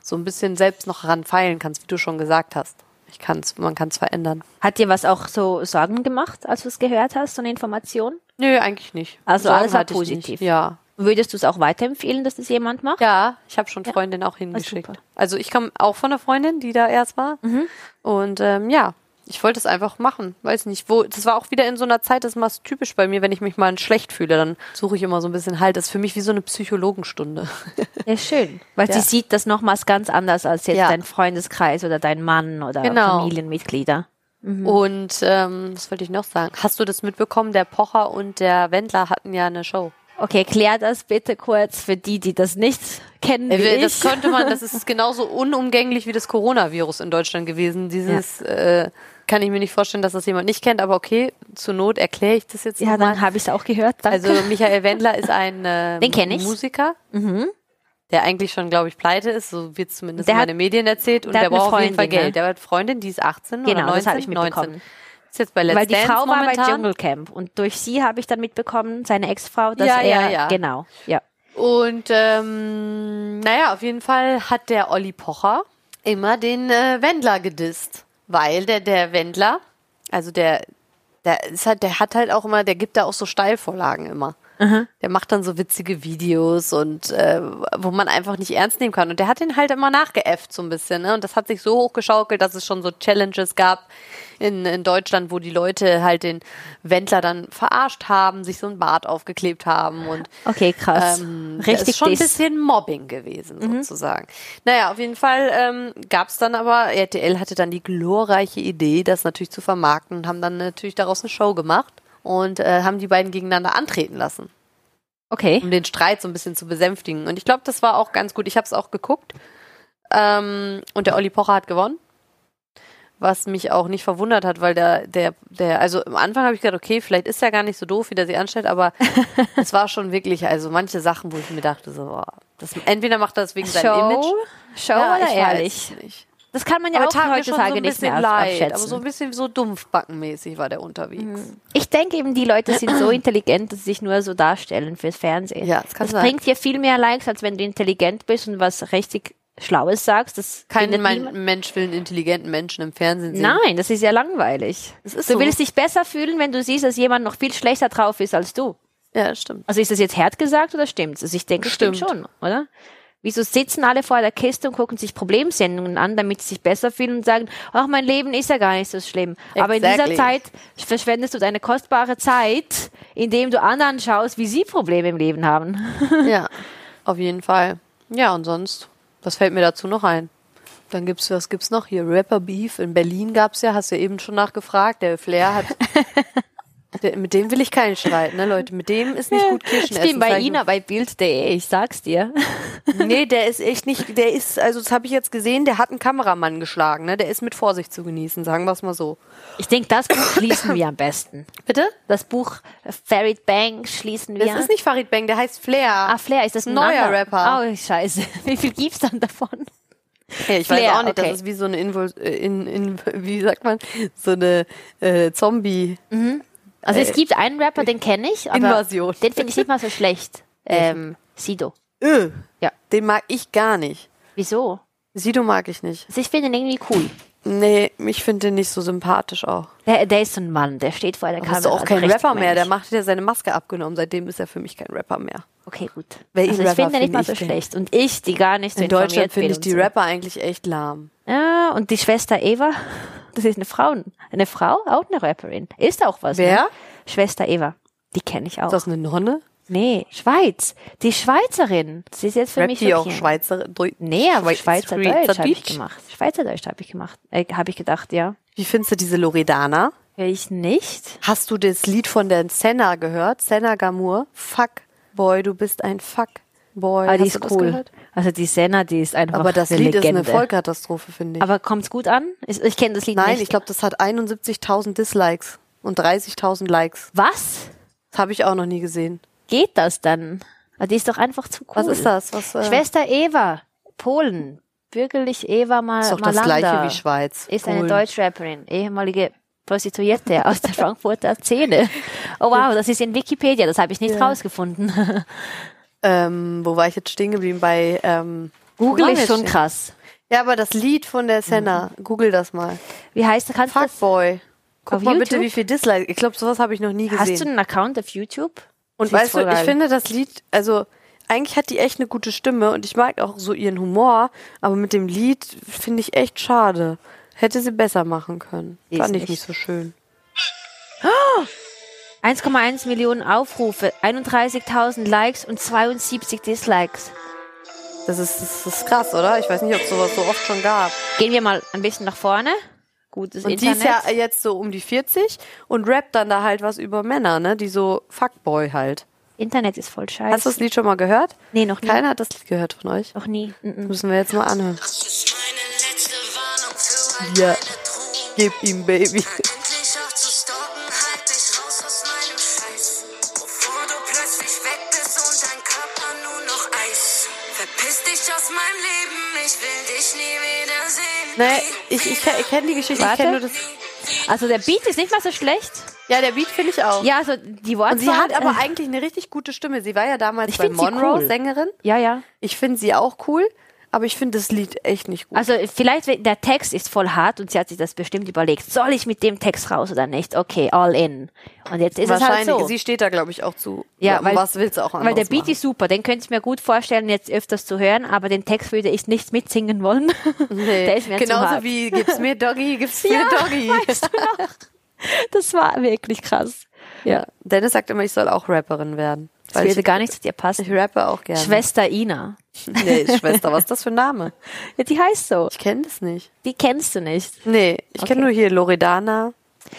Speaker 1: so ein bisschen selbst noch ranfeilen kannst, wie du schon gesagt hast. Ich kann's, man kann's verändern.
Speaker 2: Hat dir was auch so Sorgen gemacht, als du es gehört hast, so eine Information?
Speaker 1: Nö, eigentlich nicht.
Speaker 2: Also
Speaker 1: Sorgen
Speaker 2: alles war
Speaker 1: hatte ich nicht.
Speaker 2: positiv.
Speaker 1: Ja.
Speaker 2: Würdest du es auch weiterempfehlen, dass das jemand macht?
Speaker 1: Ja, ich habe schon Freundin auch hingeschickt.
Speaker 2: Ah, super.
Speaker 1: Also ich komme auch von einer Freundin, die da erst war.
Speaker 2: Mhm.
Speaker 1: Und ähm, ja, ich wollte es einfach machen. Weiß nicht, wo. Das war auch wieder in so einer Zeit, das ist typisch bei mir, wenn ich mich mal schlecht fühle, dann suche ich immer so ein bisschen Halt. Das ist für mich wie so eine Psychologenstunde.
Speaker 2: Ja, schön. Weil
Speaker 1: Ja.
Speaker 2: sie sieht das nochmals ganz anders als jetzt
Speaker 1: Ja.
Speaker 2: dein Freundeskreis oder dein Mann oder
Speaker 1: Genau.
Speaker 2: Familienmitglieder. Mhm.
Speaker 1: Und ähm, was wollte ich noch sagen? Hast du das mitbekommen? Der Pocher und der Wendler hatten ja eine Show.
Speaker 2: Okay, klär das bitte kurz für die, die das nicht kennen wie Äh, ich.
Speaker 1: Äh, Das konnte man, das ist genauso unumgänglich wie das Coronavirus in Deutschland gewesen. Dieses äh, kann ich mir nicht vorstellen, dass das jemand nicht kennt, aber okay, zur Not erkläre ich das jetzt
Speaker 2: ja,
Speaker 1: nochmal.
Speaker 2: dann habe ich es auch gehört. Danke.
Speaker 1: Also Michael Wendler ist ein äh,
Speaker 2: Den kenn ich. Mhm.
Speaker 1: Musiker, der eigentlich schon, glaube ich, pleite ist, so wird zumindest
Speaker 2: Der
Speaker 1: in meine
Speaker 2: hat-
Speaker 1: Medien erzählt. Und
Speaker 2: der
Speaker 1: der,
Speaker 2: hat eine
Speaker 1: braucht auf jeden Fall
Speaker 2: Freundin,
Speaker 1: Geld.
Speaker 2: ne?
Speaker 1: Der hat Freundin, die ist 18 oder
Speaker 2: Genau,
Speaker 1: 19.
Speaker 2: das habe ich mitbekommen.
Speaker 1: 19. Ist jetzt bei Let's
Speaker 2: weil die
Speaker 1: Dance
Speaker 2: Frau war
Speaker 1: momentan.
Speaker 2: bei Jungle Camp und durch sie habe ich dann mitbekommen, seine Ex-Frau, dass
Speaker 1: Ja,
Speaker 2: er
Speaker 1: ja, ja.
Speaker 2: genau, ja.
Speaker 1: Und ähm, naja, auf jeden Fall hat der Olli Pocher immer den äh, Wendler gedisst. Weil der, der Wendler, also der, der, ist halt, der hat halt auch immer, der gibt da auch so Steilvorlagen immer. Der macht dann so witzige Videos und äh, wo man einfach nicht ernst nehmen kann. Und der hat den halt immer nachgeäfft so ein bisschen. Ne? Und das hat sich so hochgeschaukelt, dass es schon so Challenges gab in, in Deutschland, wo die Leute halt den Wendler dann verarscht haben, sich so einen Bart aufgeklebt haben und
Speaker 2: Okay, krass.
Speaker 1: ähm, das
Speaker 2: Richtig
Speaker 1: ist schon ein
Speaker 2: dies.
Speaker 1: bisschen Mobbing gewesen, sozusagen. Naja, auf jeden Fall ähm, gab es dann aber, RTL hatte dann die glorreiche Idee, das natürlich zu vermarkten und haben dann natürlich daraus eine Show gemacht und äh, haben die beiden gegeneinander antreten lassen,
Speaker 2: Okay.
Speaker 1: um den Streit so ein bisschen zu besänftigen. Und ich glaube, das war auch ganz gut. Ich habe es auch geguckt ähm, und der Olli Pocher hat gewonnen. Was mich auch nicht verwundert hat, weil der, der, der, also am Anfang habe ich gedacht, okay, vielleicht ist er gar nicht so doof, wie der sie anstellt, aber es war schon wirklich, also manche Sachen, wo ich mir dachte, so, boah, das, entweder macht er das wegen seinem Image.
Speaker 2: Show, Show
Speaker 1: Ja,
Speaker 2: oder
Speaker 1: ich
Speaker 2: ehrlich?
Speaker 1: Weiß es nicht.
Speaker 2: Das kann man ja
Speaker 1: Aber
Speaker 2: auch
Speaker 1: tat mir schon so
Speaker 2: heutzutage
Speaker 1: ein
Speaker 2: nicht mehr
Speaker 1: bisschen
Speaker 2: ab-
Speaker 1: leid,
Speaker 2: abschätzen. Mhm.
Speaker 1: aber so ein bisschen so dumpfbackenmäßig war der unterwegs.
Speaker 2: Ich denke eben, die Leute sind so intelligent, dass sie sich nur so darstellen fürs Fernsehen.
Speaker 1: Ja, das kann sein.
Speaker 2: bringt dir viel mehr Likes, als wenn du intelligent bist und was richtig Schlaues sagst. Das
Speaker 1: Kein
Speaker 2: findet
Speaker 1: mein,
Speaker 2: niemand-
Speaker 1: Mensch will einen intelligenten Menschen im Fernsehen sehen.
Speaker 2: Nein, das ist ja langweilig.
Speaker 1: ist
Speaker 2: du
Speaker 1: so.
Speaker 2: willst dich besser fühlen, wenn du siehst, dass jemand noch viel schlechter drauf ist als du.
Speaker 1: Ja, das stimmt.
Speaker 2: Also ist das jetzt hart gesagt oder stimmt's? Also ich denke, es stimmt
Speaker 1: Stimmt.
Speaker 2: schon, oder? Wieso sitzen alle vor der Kiste und gucken sich Problemsendungen an, damit sie sich besser fühlen und sagen, ach, mein Leben ist ja gar nicht so schlimm. Aber in dieser
Speaker 1: Exactly.
Speaker 2: Zeit verschwendest du deine kostbare Zeit, indem du anderen schaust, wie sie Probleme im Leben haben.
Speaker 1: Ja, auf jeden Fall. Ja, und sonst, was fällt mir dazu noch ein? Dann gibt's, was gibt's noch hier? Rapper Beef in Berlin gab's ja, hast du ja eben schon nachgefragt. Der Flair hat, der, mit dem will ich keinen Streit, ne Leute? Mit dem ist nicht gut Kirschen
Speaker 2: Ich bin
Speaker 1: essen,
Speaker 2: bei
Speaker 1: sag ich
Speaker 2: Ina bei Bild.de, ich sag's dir.
Speaker 1: Nee, der ist echt nicht, der ist, also das habe ich jetzt gesehen, der hat einen Kameramann geschlagen, ne? Der ist mit Vorsicht zu genießen, sagen wir es mal so.
Speaker 2: Ich denke, das Buch schließen wir am besten.
Speaker 1: Bitte?
Speaker 2: Das Buch Farid Bang schließen wir.
Speaker 1: Das ist nicht Farid Bang, der heißt Flair.
Speaker 2: ah, Flair, ist das ein
Speaker 1: Neuer
Speaker 2: anderer?
Speaker 1: Rapper.
Speaker 2: Oh, scheiße. Wie viel gibt's dann davon?
Speaker 1: ja, ich
Speaker 2: Flair,
Speaker 1: weiß auch nicht,
Speaker 2: okay.
Speaker 1: das ist wie so eine Invol äh, in, in, wie sagt man, so eine äh, Zombie.
Speaker 2: Also es gibt einen Rapper, den kenne ich, aber
Speaker 1: Invasion.
Speaker 2: den finde ich nicht mal so schlecht. Ähm, Sido.
Speaker 1: Äh,
Speaker 2: Ja.
Speaker 1: Den mag ich gar nicht.
Speaker 2: Wieso?
Speaker 1: Sido mag ich nicht.
Speaker 2: Also ich finde ihn irgendwie cool.
Speaker 1: Nee, ich finde den nicht so sympathisch auch.
Speaker 2: Der, der ist so ein Mann, der steht vor der Kamera.
Speaker 1: Hast du auch
Speaker 2: also
Speaker 1: kein
Speaker 2: richtig
Speaker 1: Rapper mehr, der
Speaker 2: männlich.
Speaker 1: macht ja seine Maske abgenommen, seitdem ist er für mich kein Rapper mehr.
Speaker 2: Okay, gut.
Speaker 1: Welchen
Speaker 2: also ich
Speaker 1: Rapper
Speaker 2: finde ihn nicht
Speaker 1: finde
Speaker 2: mal so
Speaker 1: ich denn?
Speaker 2: schlecht. Und ich, die gar nicht so
Speaker 1: In Deutschland
Speaker 2: informiert
Speaker 1: finde
Speaker 2: bin
Speaker 1: ich die
Speaker 2: und so.
Speaker 1: Rapper eigentlich echt lahm.
Speaker 2: Ja, und die Schwester Eva, das ist eine Frau. Eine Frau, auch eine Rapperin. Ist auch was.
Speaker 1: Wer?
Speaker 2: Ne? Schwester Eva. Die kenne ich auch.
Speaker 1: Ist das eine Nonne?
Speaker 2: nee, Schweiz. Die Schweizerin. Sie ist jetzt für
Speaker 1: Rappt
Speaker 2: mich
Speaker 1: die auch
Speaker 2: wirklich-
Speaker 1: Schweizerin?
Speaker 2: Nee, aber
Speaker 1: Schwe-
Speaker 2: Schweizerdeutsch habe ich
Speaker 1: Schweizerdeutsch?
Speaker 2: gemacht. Schweizerdeutsch habe ich gemacht. Äh, habe ich gedacht, ja.
Speaker 1: Wie findest du diese Loredana?
Speaker 2: Will ich nicht?
Speaker 1: Hast du das Lied von der Senna gehört? Senna Gamur? Fuck, boy, du bist ein Fuck, boy.
Speaker 2: Aber Ah, die
Speaker 1: Hast du
Speaker 2: ist
Speaker 1: das
Speaker 2: cool.
Speaker 1: gehört?
Speaker 2: Also die Senna, die ist einfach
Speaker 1: Aber das
Speaker 2: eine
Speaker 1: Lied
Speaker 2: Legende.
Speaker 1: ist eine Vollkatastrophe, finde ich.
Speaker 2: Aber kommt's gut an? Ich, ich kenne das Lied
Speaker 1: Nein,
Speaker 2: nicht.
Speaker 1: ich glaube, das hat 71.000 Dislikes und 30.000 Likes.
Speaker 2: Was?
Speaker 1: Das habe ich auch noch nie gesehen.
Speaker 2: Geht das dann? Ah, Die ist doch einfach zu cool.
Speaker 1: Was ist das? Was, äh,
Speaker 2: Schwester Eva, Polen. Bürgerlich Eva Mal
Speaker 1: ist doch das
Speaker 2: Malanda.
Speaker 1: gleiche wie Schweiz.
Speaker 2: Ist
Speaker 1: Polen.
Speaker 2: eine Deutschrapperin, ehemalige Prostituierte aus der Frankfurter Szene. Oh wow, das ist in Wikipedia, das habe ich nicht rausgefunden.
Speaker 1: Ähm, wo war ich jetzt stehen geblieben? Bei ähm, wo
Speaker 2: Google
Speaker 1: waren
Speaker 2: ist
Speaker 1: wir
Speaker 2: schon
Speaker 1: stehen?
Speaker 2: krass.
Speaker 1: Ja, aber das Lied von der Senna, google das mal.
Speaker 2: Wie heißt das? Kannst du das?
Speaker 1: Fuckboy. Guck
Speaker 2: Auf
Speaker 1: mal bitte,
Speaker 2: YouTube?
Speaker 1: wie viel Dislikes. Ich glaube, sowas habe ich noch nie gesehen.
Speaker 2: Hast du einen Account auf YouTube?
Speaker 1: Und
Speaker 2: Sie ist
Speaker 1: weißt du,
Speaker 2: voll
Speaker 1: ich
Speaker 2: geil.
Speaker 1: finde das Lied, also eigentlich hat die echt eine gute Stimme und ich mag auch so ihren Humor, aber mit dem Lied finde ich echt schade. Hätte sie besser machen können.
Speaker 2: Ist
Speaker 1: Fand ich
Speaker 2: nicht.
Speaker 1: nicht so schön.
Speaker 2: 1,1 Millionen Aufrufe, 31.000 Likes und 72 Dislikes.
Speaker 1: Das ist, das ist krass, oder? Ich weiß nicht, ob es sowas so oft schon gab.
Speaker 2: Gehen wir mal ein bisschen nach vorne. Gutes
Speaker 1: Und
Speaker 2: Internet.
Speaker 1: die ist ja jetzt so um die 40 und rappt dann da halt was über Männer, ne? Die so Fuckboy halt.
Speaker 2: Internet ist voll scheiße.
Speaker 1: Hast du das Lied schon mal gehört?
Speaker 2: Nee, noch nie.
Speaker 1: Keiner hat das Lied gehört von euch.
Speaker 2: Noch nie. Mm, mm.
Speaker 1: Müssen wir jetzt mal anhören.
Speaker 4: Meine letzte Warnung für all
Speaker 1: Ja.
Speaker 4: meine Drogen.
Speaker 1: Gib ihm, Baby.
Speaker 4: Endlich auf zu stalken, halt dich raus aus meinem Scheiß. Bevor du plötzlich weg bist und dein Körper nur noch Eis. Verpiss dich aus meinem Leben, ich will dich nie wieder sehen.
Speaker 1: Ne, ich, ich, ich kenne die Geschichte, ich
Speaker 2: Warte.
Speaker 1: kenne nur das.
Speaker 2: Also der Beat ist nicht mal so schlecht.
Speaker 1: Ja, der Beat finde ich auch.
Speaker 2: Ja, also die Worte. äh,
Speaker 1: Und sie hat aber eigentlich eine richtig gute Stimme. Sie war ja damals
Speaker 2: Ich
Speaker 1: bei
Speaker 2: find sie
Speaker 1: Monroe
Speaker 2: cool.
Speaker 1: Sängerin.
Speaker 2: Ja, ja.
Speaker 1: Ich finde sie auch cool. aber ich finde das Lied echt nicht gut.
Speaker 2: Also vielleicht, we- der Text ist voll hart und sie hat sich das bestimmt überlegt. Soll ich mit dem Text raus oder nicht? Okay, all in. Und jetzt ist es halt
Speaker 1: Wahrscheinlich,
Speaker 2: so.
Speaker 1: sie steht da, glaube ich, auch zu. Um
Speaker 2: Ja, weil-
Speaker 1: was willst du auch
Speaker 2: Weil
Speaker 1: anderes
Speaker 2: der Beat
Speaker 1: machen?
Speaker 2: ist super, den könnte ich mir gut vorstellen, jetzt öfters zu hören, aber den Text würde ich nicht mitsingen wollen.
Speaker 1: Nee.
Speaker 2: der ist mir
Speaker 1: Äh, Genauso
Speaker 2: zu hart.
Speaker 1: wie gibt's mir Doggy, gibt's mir Doggy.
Speaker 2: Das war wirklich krass.
Speaker 1: Ja. Dennis sagt immer, ich soll auch Rapperin werden.
Speaker 2: Das
Speaker 1: Weil
Speaker 2: würde
Speaker 1: ich,
Speaker 2: gar nicht zu dir passen.
Speaker 1: ich rappe auch gerne.
Speaker 2: Schwester Ina.
Speaker 1: Nee, Schwester, was ist das für ein Name?
Speaker 2: Ja, die heißt so.
Speaker 1: Ich kenne das nicht.
Speaker 2: Die kennst du nicht.
Speaker 1: Nee, ich
Speaker 2: Okay.
Speaker 1: kenne nur hier Loredana.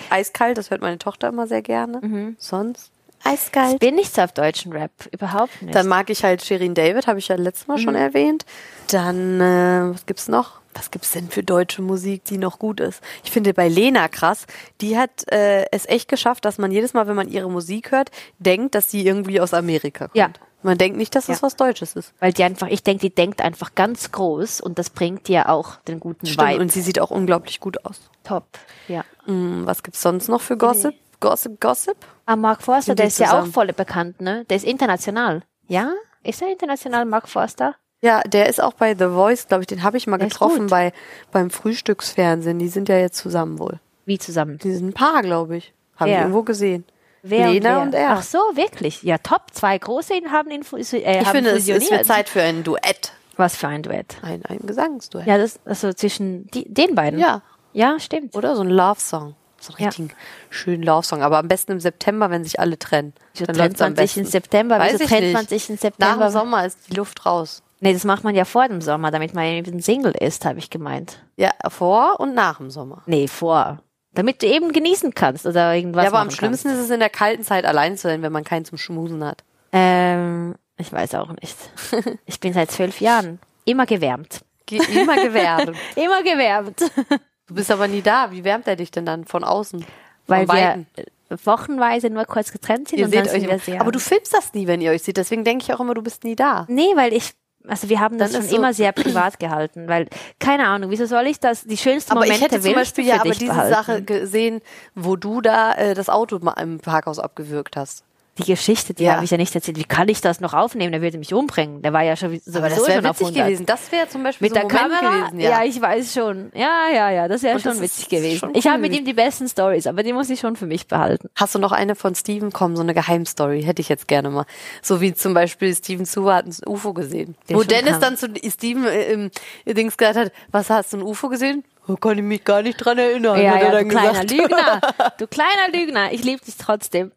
Speaker 1: Eiskalt, das hört meine Tochter immer sehr gerne.
Speaker 2: Mhm.
Speaker 1: Sonst
Speaker 2: Ich
Speaker 1: eiskalt.
Speaker 2: bin nicht so auf deutschen Rap. Überhaupt nicht.
Speaker 1: Dann mag ich halt Shirin David, habe ich ja letztes Mal
Speaker 2: Mhm.
Speaker 1: schon erwähnt. Dann, äh, was gibt's noch? Was gibt's denn für deutsche Musik, die noch gut ist? Ich finde bei Lena krass, die hat äh, es echt geschafft, dass man jedes Mal, wenn man ihre Musik hört, denkt, dass sie irgendwie aus Amerika kommt.
Speaker 2: Ja.
Speaker 1: Man denkt nicht, dass das
Speaker 2: Ja.
Speaker 1: was Deutsches ist.
Speaker 2: Weil die einfach, ich denke, die denkt einfach ganz groß und das bringt dir auch den guten
Speaker 1: Stimmt.
Speaker 2: Vibe.
Speaker 1: Und sie sieht auch unglaublich gut aus.
Speaker 2: Top. Ja.
Speaker 1: Hm, was gibt's sonst noch für Gossip? Gossip, Gossip?
Speaker 2: Ah, Mark Forster,
Speaker 1: Sind
Speaker 2: der
Speaker 1: die
Speaker 2: ist ja auch
Speaker 1: zusammen?
Speaker 2: voll bekannt, ne? Der ist international. Ja? Ist er international, Mark Forster?
Speaker 1: Ja, der ist auch bei The Voice, glaube ich, den habe ich mal
Speaker 2: Der ist
Speaker 1: getroffen
Speaker 2: gut.
Speaker 1: bei beim Frühstücksfernsehen. Die sind ja jetzt zusammen wohl.
Speaker 2: Wie zusammen?
Speaker 1: Die sind ein Paar, glaube ich. Habe ich
Speaker 2: Wer?
Speaker 1: irgendwo gesehen.
Speaker 2: Wer
Speaker 1: Lena
Speaker 2: und,
Speaker 1: und
Speaker 2: wer?
Speaker 1: er.
Speaker 2: Ach so, wirklich. Ja, top. Zwei große haben ihn fu- äh,
Speaker 1: Ich
Speaker 2: haben
Speaker 1: finde, es,
Speaker 2: fusioniert.
Speaker 1: es wird Zeit für ein Duett.
Speaker 2: Was für ein Duett.
Speaker 1: Ein, ein Gesangsduett.
Speaker 2: Ja, das, also zwischen die, den beiden.
Speaker 1: Ja.
Speaker 2: Ja, stimmt.
Speaker 1: Oder so ein Love-Song. So einen
Speaker 2: Ja.
Speaker 1: richtigen schönen Love-Song. Aber am besten im September, wenn sich alle trennen.
Speaker 2: Wieso
Speaker 1: Dann
Speaker 2: trennt
Speaker 1: läuft's am
Speaker 2: man sich im
Speaker 1: besten.
Speaker 2: September?
Speaker 1: Weiß
Speaker 2: Wieso
Speaker 1: ich
Speaker 2: trennt
Speaker 1: nicht.
Speaker 2: man sich im
Speaker 1: Nach dem
Speaker 2: September?
Speaker 1: Sommer ist die Luft raus.
Speaker 2: Nee, das macht man ja vor dem Sommer, damit man eben Single ist, habe ich gemeint.
Speaker 1: Ja, vor und nach dem Sommer.
Speaker 2: Nee, vor. Damit du eben genießen kannst oder irgendwas
Speaker 1: ja, aber am
Speaker 2: machen
Speaker 1: schlimmsten ist es in der kalten Zeit allein zu sein, wenn man keinen zum Schmusen hat.
Speaker 2: Kannst. Ähm, ich weiß auch nicht. Ich bin seit zwölf Jahren immer gewärmt.
Speaker 1: Ge immer gewähren.
Speaker 2: Immer gewärmt.
Speaker 1: Du bist aber nie da. Wie wärmt er dich denn dann von außen?
Speaker 2: Weil
Speaker 1: von
Speaker 2: wir
Speaker 1: Weitem?
Speaker 2: äh, wochenweise nur kurz getrennt sind
Speaker 1: ihr
Speaker 2: und
Speaker 1: seht
Speaker 2: dann sind wir
Speaker 1: euch
Speaker 2: sehr.
Speaker 1: immer. Aber du filmst das nie, wenn ihr euch seht. Deswegen denke ich auch immer, du bist nie da.
Speaker 2: Nee, weil ich, also wir haben das
Speaker 1: Dann
Speaker 2: schon
Speaker 1: ist so-
Speaker 2: immer sehr privat gehalten, weil, keine Ahnung, wieso soll ich das, die schönsten
Speaker 1: Aber
Speaker 2: Momente
Speaker 1: ich hätte zum
Speaker 2: willst du
Speaker 1: Beispiel ja
Speaker 2: für
Speaker 1: aber
Speaker 2: dich
Speaker 1: diese
Speaker 2: behalten.
Speaker 1: Sache gesehen, wo du da äh, das Auto mal im Parkhaus abgewürgt hast.
Speaker 2: Die Geschichte, die
Speaker 1: Ja.
Speaker 2: habe ich ja nicht erzählt. Wie kann ich das noch aufnehmen? Der würde mich umbringen. Der war ja schon sowieso
Speaker 1: Aber das wäre
Speaker 2: schon auf
Speaker 1: witzig
Speaker 2: 100.
Speaker 1: gewesen. Das wäre zum Beispiel
Speaker 2: Mit
Speaker 1: so
Speaker 2: der
Speaker 1: ein Moment
Speaker 2: Kamera?
Speaker 1: gewesen.
Speaker 2: ja.
Speaker 1: Ja.
Speaker 2: ich weiß schon. Ja, ja, ja, das wäre
Speaker 1: Und das
Speaker 2: schon
Speaker 1: ist-
Speaker 2: witzig
Speaker 1: das ist
Speaker 2: gewesen.
Speaker 1: schon
Speaker 2: Ich habe
Speaker 1: cool.
Speaker 2: mit ihm die besten Stories, aber die muss ich schon für mich behalten.
Speaker 1: Hast du noch eine von Steven? Komm, so eine Geheimstory hätte ich jetzt gerne mal. So wie zum Beispiel Steven Zuber hat ein UFO gesehen.
Speaker 2: Der
Speaker 1: wo
Speaker 2: schon
Speaker 1: Dennis
Speaker 2: kam.
Speaker 1: dann zu Steven äh, im Dings gesagt hat, was hast du ein UFO gesehen? Oh, kann ich mich gar nicht dran erinnern.
Speaker 2: Ja,
Speaker 1: hat er
Speaker 2: ja,
Speaker 1: dann
Speaker 2: du kleiner
Speaker 1: gesagt.
Speaker 2: Lügner. Du kleiner Lügner. Ich liebe dich trotzdem.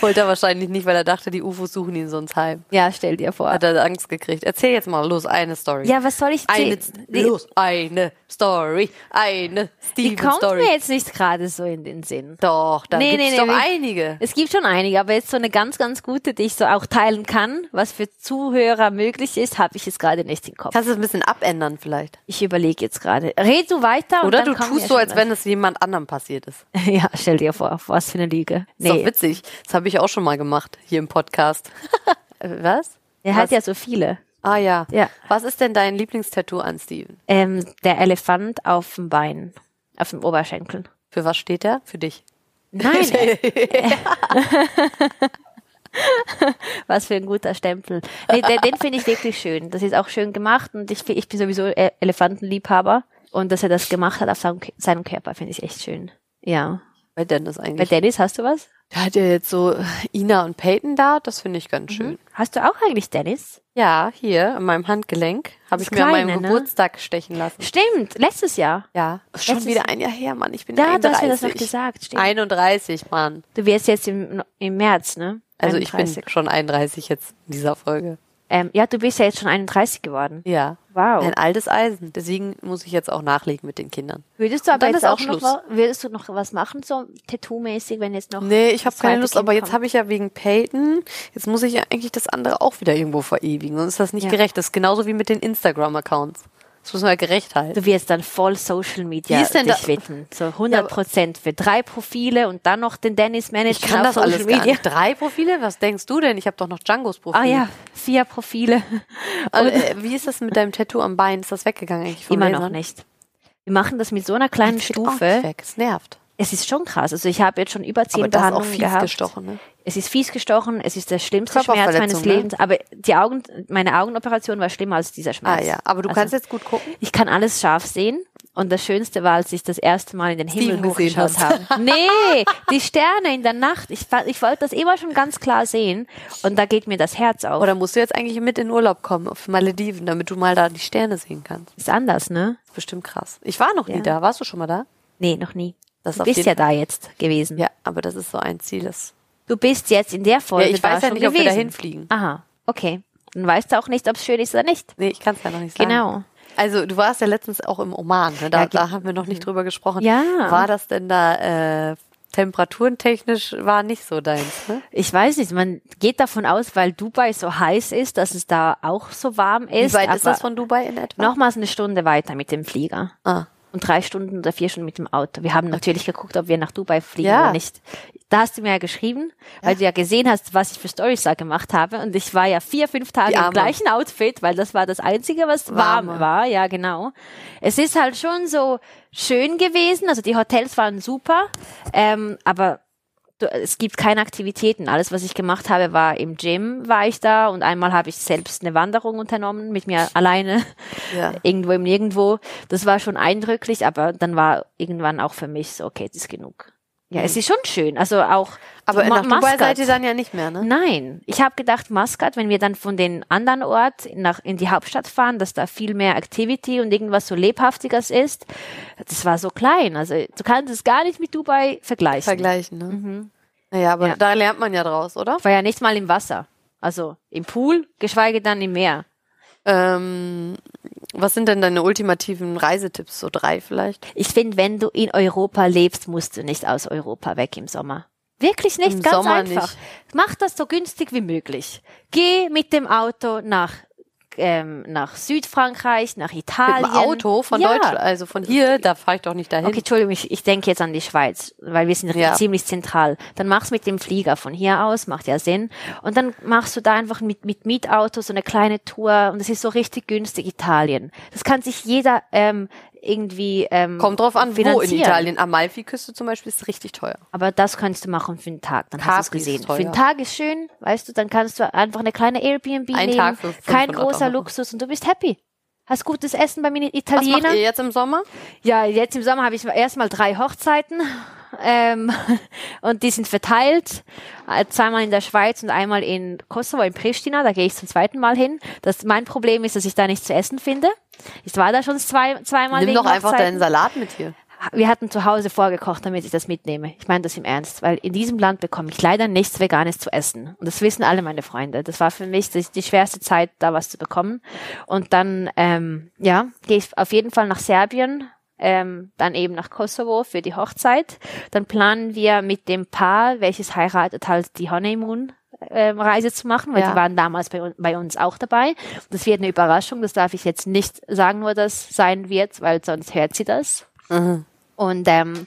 Speaker 1: Wollte er wahrscheinlich nicht, weil er dachte, die UFOs suchen ihn sonst heim.
Speaker 2: Ja, stell dir vor.
Speaker 1: Hat er Angst gekriegt. Erzähl jetzt mal los eine Story.
Speaker 2: Ja, was soll ich
Speaker 1: eine,
Speaker 2: erzählen? Die-
Speaker 1: los, eine Story, eine
Speaker 2: Die kommt
Speaker 1: Steven-Story.
Speaker 2: mir jetzt nicht gerade so in den Sinn.
Speaker 1: Doch, da
Speaker 2: Nee,
Speaker 1: gibt's
Speaker 2: nee, nee,
Speaker 1: doch
Speaker 2: wir-
Speaker 1: einige.
Speaker 2: Es gibt schon einige, aber jetzt so eine ganz, ganz gute, die ich so auch teilen kann, was für Zuhörer möglich ist, habe ich jetzt gerade nicht im Kopf.
Speaker 1: Kannst du es ein bisschen abändern vielleicht?
Speaker 2: Ich überlege jetzt gerade. Red du weiter
Speaker 1: Oder
Speaker 2: und
Speaker 1: du
Speaker 2: dann kommen wir
Speaker 1: tust so,
Speaker 2: schon
Speaker 1: als
Speaker 2: was.
Speaker 1: wenn es jemand anderem passiert ist.
Speaker 2: Ja, stell dir vor, was für eine Lüge.
Speaker 1: Ist doch
Speaker 2: Nee,
Speaker 1: witzig. Das habe ich auch schon mal gemacht, hier im Podcast. Äh, Was?
Speaker 2: er
Speaker 1: was?
Speaker 2: hat ja so viele.
Speaker 1: Ah ja.
Speaker 2: Ja.
Speaker 1: Was ist denn dein Lieblingstattoo an Steven?
Speaker 2: Ähm, der Elefant auf dem Bein, auf dem Oberschenkel.
Speaker 1: Für was steht er? Für dich.
Speaker 2: Nein. äh, Was für ein guter Stempel. Nee, den, den finde ich wirklich schön. Das ist auch schön gemacht und ich, fi- ich bin sowieso E- Elefantenliebhaber. Und dass er das gemacht hat auf seinem, K- seinem Körper, finde ich echt schön. Ja.
Speaker 1: Bei Dennis
Speaker 2: Bei
Speaker 1: eigentlich.
Speaker 2: Dennis hast du was?
Speaker 1: Der hat ja jetzt so äh, Ina und Peyton da, das finde ich
Speaker 2: Mhm.
Speaker 1: ganz schön.
Speaker 2: Hast du auch eigentlich Dennis?
Speaker 1: Ja, hier an meinem Handgelenk habe ich
Speaker 2: Das
Speaker 1: mir an meinem
Speaker 2: Kleine, ne?
Speaker 1: Geburtstag stechen lassen.
Speaker 2: Stimmt, letztes Jahr.
Speaker 1: Ja, schon
Speaker 2: Letztes-
Speaker 1: wieder ein Jahr her, Mann. Ich bin
Speaker 2: Ja,
Speaker 1: 31.
Speaker 2: du hast mir das noch gesagt. Stimmt.
Speaker 1: 31, Mann.
Speaker 2: Du wirst jetzt im, im März, ne?
Speaker 1: Also
Speaker 2: 31.
Speaker 1: ich bin schon 31 jetzt in dieser Folge.
Speaker 2: Ähm, ja, du bist ja jetzt schon 31 geworden.
Speaker 1: Ja.
Speaker 2: Wow.
Speaker 1: Ein altes Eisen. Deswegen muss ich jetzt auch nachlegen mit den Kindern.
Speaker 2: Würdest du aber
Speaker 1: dann
Speaker 2: jetzt
Speaker 1: ist auch
Speaker 2: auch noch
Speaker 1: Schluss.
Speaker 2: wa- würdest du noch was machen, so Tattoo-mäßig, wenn jetzt noch.
Speaker 1: Nee, ich habe
Speaker 2: das
Speaker 1: keine
Speaker 2: zweite
Speaker 1: Lust,
Speaker 2: Kind
Speaker 1: aber jetzt
Speaker 2: kommt?
Speaker 1: habe ich ja wegen Peyton, jetzt muss ich ja eigentlich das andere auch wieder irgendwo verewigen. Sonst ist das nicht
Speaker 2: Ja.
Speaker 1: gerecht. Das ist genauso wie mit den Instagram-Accounts. Das müssen wir gerecht halten.
Speaker 2: Du wirst dann voll Social Media
Speaker 1: Wie ist denn
Speaker 2: dich
Speaker 1: da-
Speaker 2: widmen. So 100 Prozent für drei Profile und dann noch den Dennis Manager
Speaker 1: Ich kann das
Speaker 2: auf Social
Speaker 1: alles
Speaker 2: Media.
Speaker 1: gar nicht. Drei Profile? Was denkst du denn? Ich habe doch noch Django's Profil.
Speaker 2: Ah ja, vier Profile.
Speaker 1: Also, äh, wie ist das mit deinem Tattoo am Bein? Ist das weggegangen eigentlich vom
Speaker 2: Immer noch
Speaker 1: Lasern?
Speaker 2: nicht. Wir machen das mit so einer kleinen
Speaker 1: Das geht auch nicht
Speaker 2: Stufe.
Speaker 1: Weg. Es nervt.
Speaker 2: es ist schon krass. Also ich habe jetzt schon über zehn
Speaker 1: Aber das ist auch
Speaker 2: Behandlungen
Speaker 1: fies
Speaker 2: gehabt.
Speaker 1: gestochen, ne?
Speaker 2: Es ist fies gestochen, es ist der schlimmste Schmerz
Speaker 1: Körperverletzung,
Speaker 2: meines
Speaker 1: ne?
Speaker 2: Lebens. Aber die Augen, meine Augenoperation war schlimmer als dieser
Speaker 1: Ah
Speaker 2: Schmerz.
Speaker 1: ja, aber du
Speaker 2: Also-
Speaker 1: kannst jetzt gut gucken.
Speaker 2: Ich kann alles scharf sehen. Und das Schönste war, als ich das erste Mal in den Himmel
Speaker 1: Steven gesehen
Speaker 2: hochgeschaut habe.
Speaker 1: hast.
Speaker 2: Nee, die Sterne in der Nacht. Ich, fa- ich wollte das immer schon ganz klar sehen. Und da geht mir das Herz auf.
Speaker 1: Oder musst du jetzt eigentlich mit in Urlaub kommen auf Malediven, damit du mal da die Sterne sehen kannst?
Speaker 2: ist anders, ne?
Speaker 1: Bestimmt krass. Ich war noch nie
Speaker 2: Ja.
Speaker 1: da. Warst du schon mal da?
Speaker 2: Nee, noch nie.
Speaker 1: Das
Speaker 2: du
Speaker 1: auf
Speaker 2: bist
Speaker 1: jeden
Speaker 2: ja da jetzt gewesen.
Speaker 1: Ja, aber das ist so ein Ziel. Das
Speaker 2: Du bist jetzt in der Folge
Speaker 1: Ja, ich
Speaker 2: da
Speaker 1: weiß ja
Speaker 2: schon
Speaker 1: nicht, ob
Speaker 2: gewesen.
Speaker 1: wir dahin fliegen.
Speaker 2: Aha, okay. Dann weißt du auch nicht, ob es schön ist oder nicht.
Speaker 1: Nee, ich kann es ja noch nicht sagen.
Speaker 2: Genau.
Speaker 1: Also du warst ja letztens auch im Oman, ne? da,
Speaker 2: Ja, ge- mhm.
Speaker 1: da haben wir noch nicht drüber gesprochen.
Speaker 2: Ja.
Speaker 1: War das denn da äh, temperaturentechnisch war nicht so deins, ne?
Speaker 2: Ich weiß nicht, man geht davon aus, weil Dubai so heiß ist, dass es da auch so warm ist.
Speaker 1: Wie weit ist
Speaker 2: aber
Speaker 1: das von Dubai in etwa?
Speaker 2: Nochmals eine Stunde weiter mit dem Flieger.
Speaker 1: Ah.
Speaker 2: Und drei Stunden oder vier Stunden mit dem Auto. Wir haben natürlich geguckt, ob wir nach Dubai fliegen
Speaker 1: Ja.
Speaker 2: oder nicht. Da hast du mir ja geschrieben, weil du ja gesehen hast, was ich für Stories da gemacht habe. Und ich war ja vier, fünf Tage
Speaker 1: Die
Speaker 2: im
Speaker 1: Arme.
Speaker 2: gleichen Outfit, weil das war das Einzige, was warm
Speaker 1: Warme.
Speaker 2: war. Ja, genau. Es ist halt schon so schön gewesen. Also die Hotels waren super. Ähm, aber du, es gibt keine Aktivitäten. Alles, was ich gemacht habe, war im Gym, war ich da und einmal habe ich selbst eine Wanderung unternommen mit mir alleine.
Speaker 1: Ja.
Speaker 2: Irgendwo im Nirgendwo. Das war schon eindrücklich, aber dann war irgendwann auch für mich so, okay, jetzt ist genug. Ja, es ist schon schön. Also auch
Speaker 1: Mhm. Aber
Speaker 2: Ma-
Speaker 1: nach Dubai
Speaker 2: Maskat.
Speaker 1: seid ihr dann ja nicht mehr, ne?
Speaker 2: Nein, ich habe gedacht, Maskat, wenn wir dann von den anderen Ort nach in die Hauptstadt fahren, dass da viel mehr Activity und irgendwas so lebhaftiges ist. Das war so klein, also du kannst es gar nicht mit Dubai vergleichen.
Speaker 1: Vergleichen, ne? Naja, aber
Speaker 2: Mhm. Ja.
Speaker 1: da lernt man ja draus, oder?
Speaker 2: Ich war ja nicht mal im Wasser, also im Pool, geschweige dann im Meer.
Speaker 1: Ähm, was sind denn deine ultimativen Reisetipps? So drei vielleicht?
Speaker 2: Ich finde, wenn du in Europa lebst, musst du nicht aus Europa weg im Sommer. Wirklich nicht,
Speaker 1: Im
Speaker 2: ganz
Speaker 1: Sommer
Speaker 2: einfach.
Speaker 1: nicht.
Speaker 2: Mach das so günstig wie möglich. Geh mit dem Auto nach ähm, nach Südfrankreich, nach Italien.
Speaker 1: Mit dem Auto von
Speaker 2: ja.
Speaker 1: Deutschland, also von hier, da fahre ich doch nicht dahin.
Speaker 2: Okay, Entschuldigung, ich, ich denke jetzt an die Schweiz, weil wir sind
Speaker 1: Ja.
Speaker 2: ziemlich zentral. Dann mach's mit dem Flieger von hier aus, macht ja Sinn. Und dann machst du da einfach mit, mit Mietauto so eine kleine Tour und das ist so richtig günstig Italien. Das kann sich jeder ähm, irgendwie ähm,
Speaker 1: Kommt drauf an, wo in
Speaker 2: finanzieren.
Speaker 1: Italien. Amalfi-Küste zum Beispiel ist richtig teuer.
Speaker 2: Aber das kannst du machen für einen Tag, dann hast
Speaker 1: Capri
Speaker 2: du es
Speaker 1: ist
Speaker 2: gesehen.
Speaker 1: teuer.
Speaker 2: Für einen Tag ist schön, weißt du, dann kannst du einfach eine kleine Airbnb
Speaker 1: Ein
Speaker 2: nehmen,
Speaker 1: Tag für 500
Speaker 2: kein großer
Speaker 1: Euro.
Speaker 2: Luxus und du bist happy. Hast gutes Essen beim
Speaker 1: Was macht
Speaker 2: Italiener.
Speaker 1: ihr jetzt im Sommer?
Speaker 2: Ja, jetzt im Sommer habe ich erstmal drei Hochzeiten ähm, und die sind verteilt. Äh, Zweimal in der Schweiz und einmal in Kosovo, in Pristina. Da gehe ich zum zweiten Mal hin. Das, mein Problem ist, dass ich da nichts zu essen finde. Ich war da schon zwei, zweimal
Speaker 1: Nimm
Speaker 2: wegen
Speaker 1: doch einfach deinen
Speaker 2: Hochzeiten.
Speaker 1: Salat mit hier.
Speaker 2: Wir hatten zu Hause vorgekocht, damit ich das mitnehme. Ich meine das im Ernst, weil in diesem Land bekomme ich leider nichts Veganes zu essen. Und das wissen alle meine Freunde. Das war für mich die, die schwerste Zeit, da was zu bekommen. Und dann, ähm, ja, gehe ich auf jeden Fall nach Serbien, ähm, dann eben nach Kosovo für die Hochzeit. Dann planen wir mit dem Paar, welches heiratet, halt die Honeymoon. ähm, Reise zu machen, weil
Speaker 1: Ja.
Speaker 2: die waren damals bei, un- bei uns auch dabei. Das wird eine Überraschung, das darf ich jetzt nicht sagen, wo das sein wird, weil sonst hört sie das. Und ähm,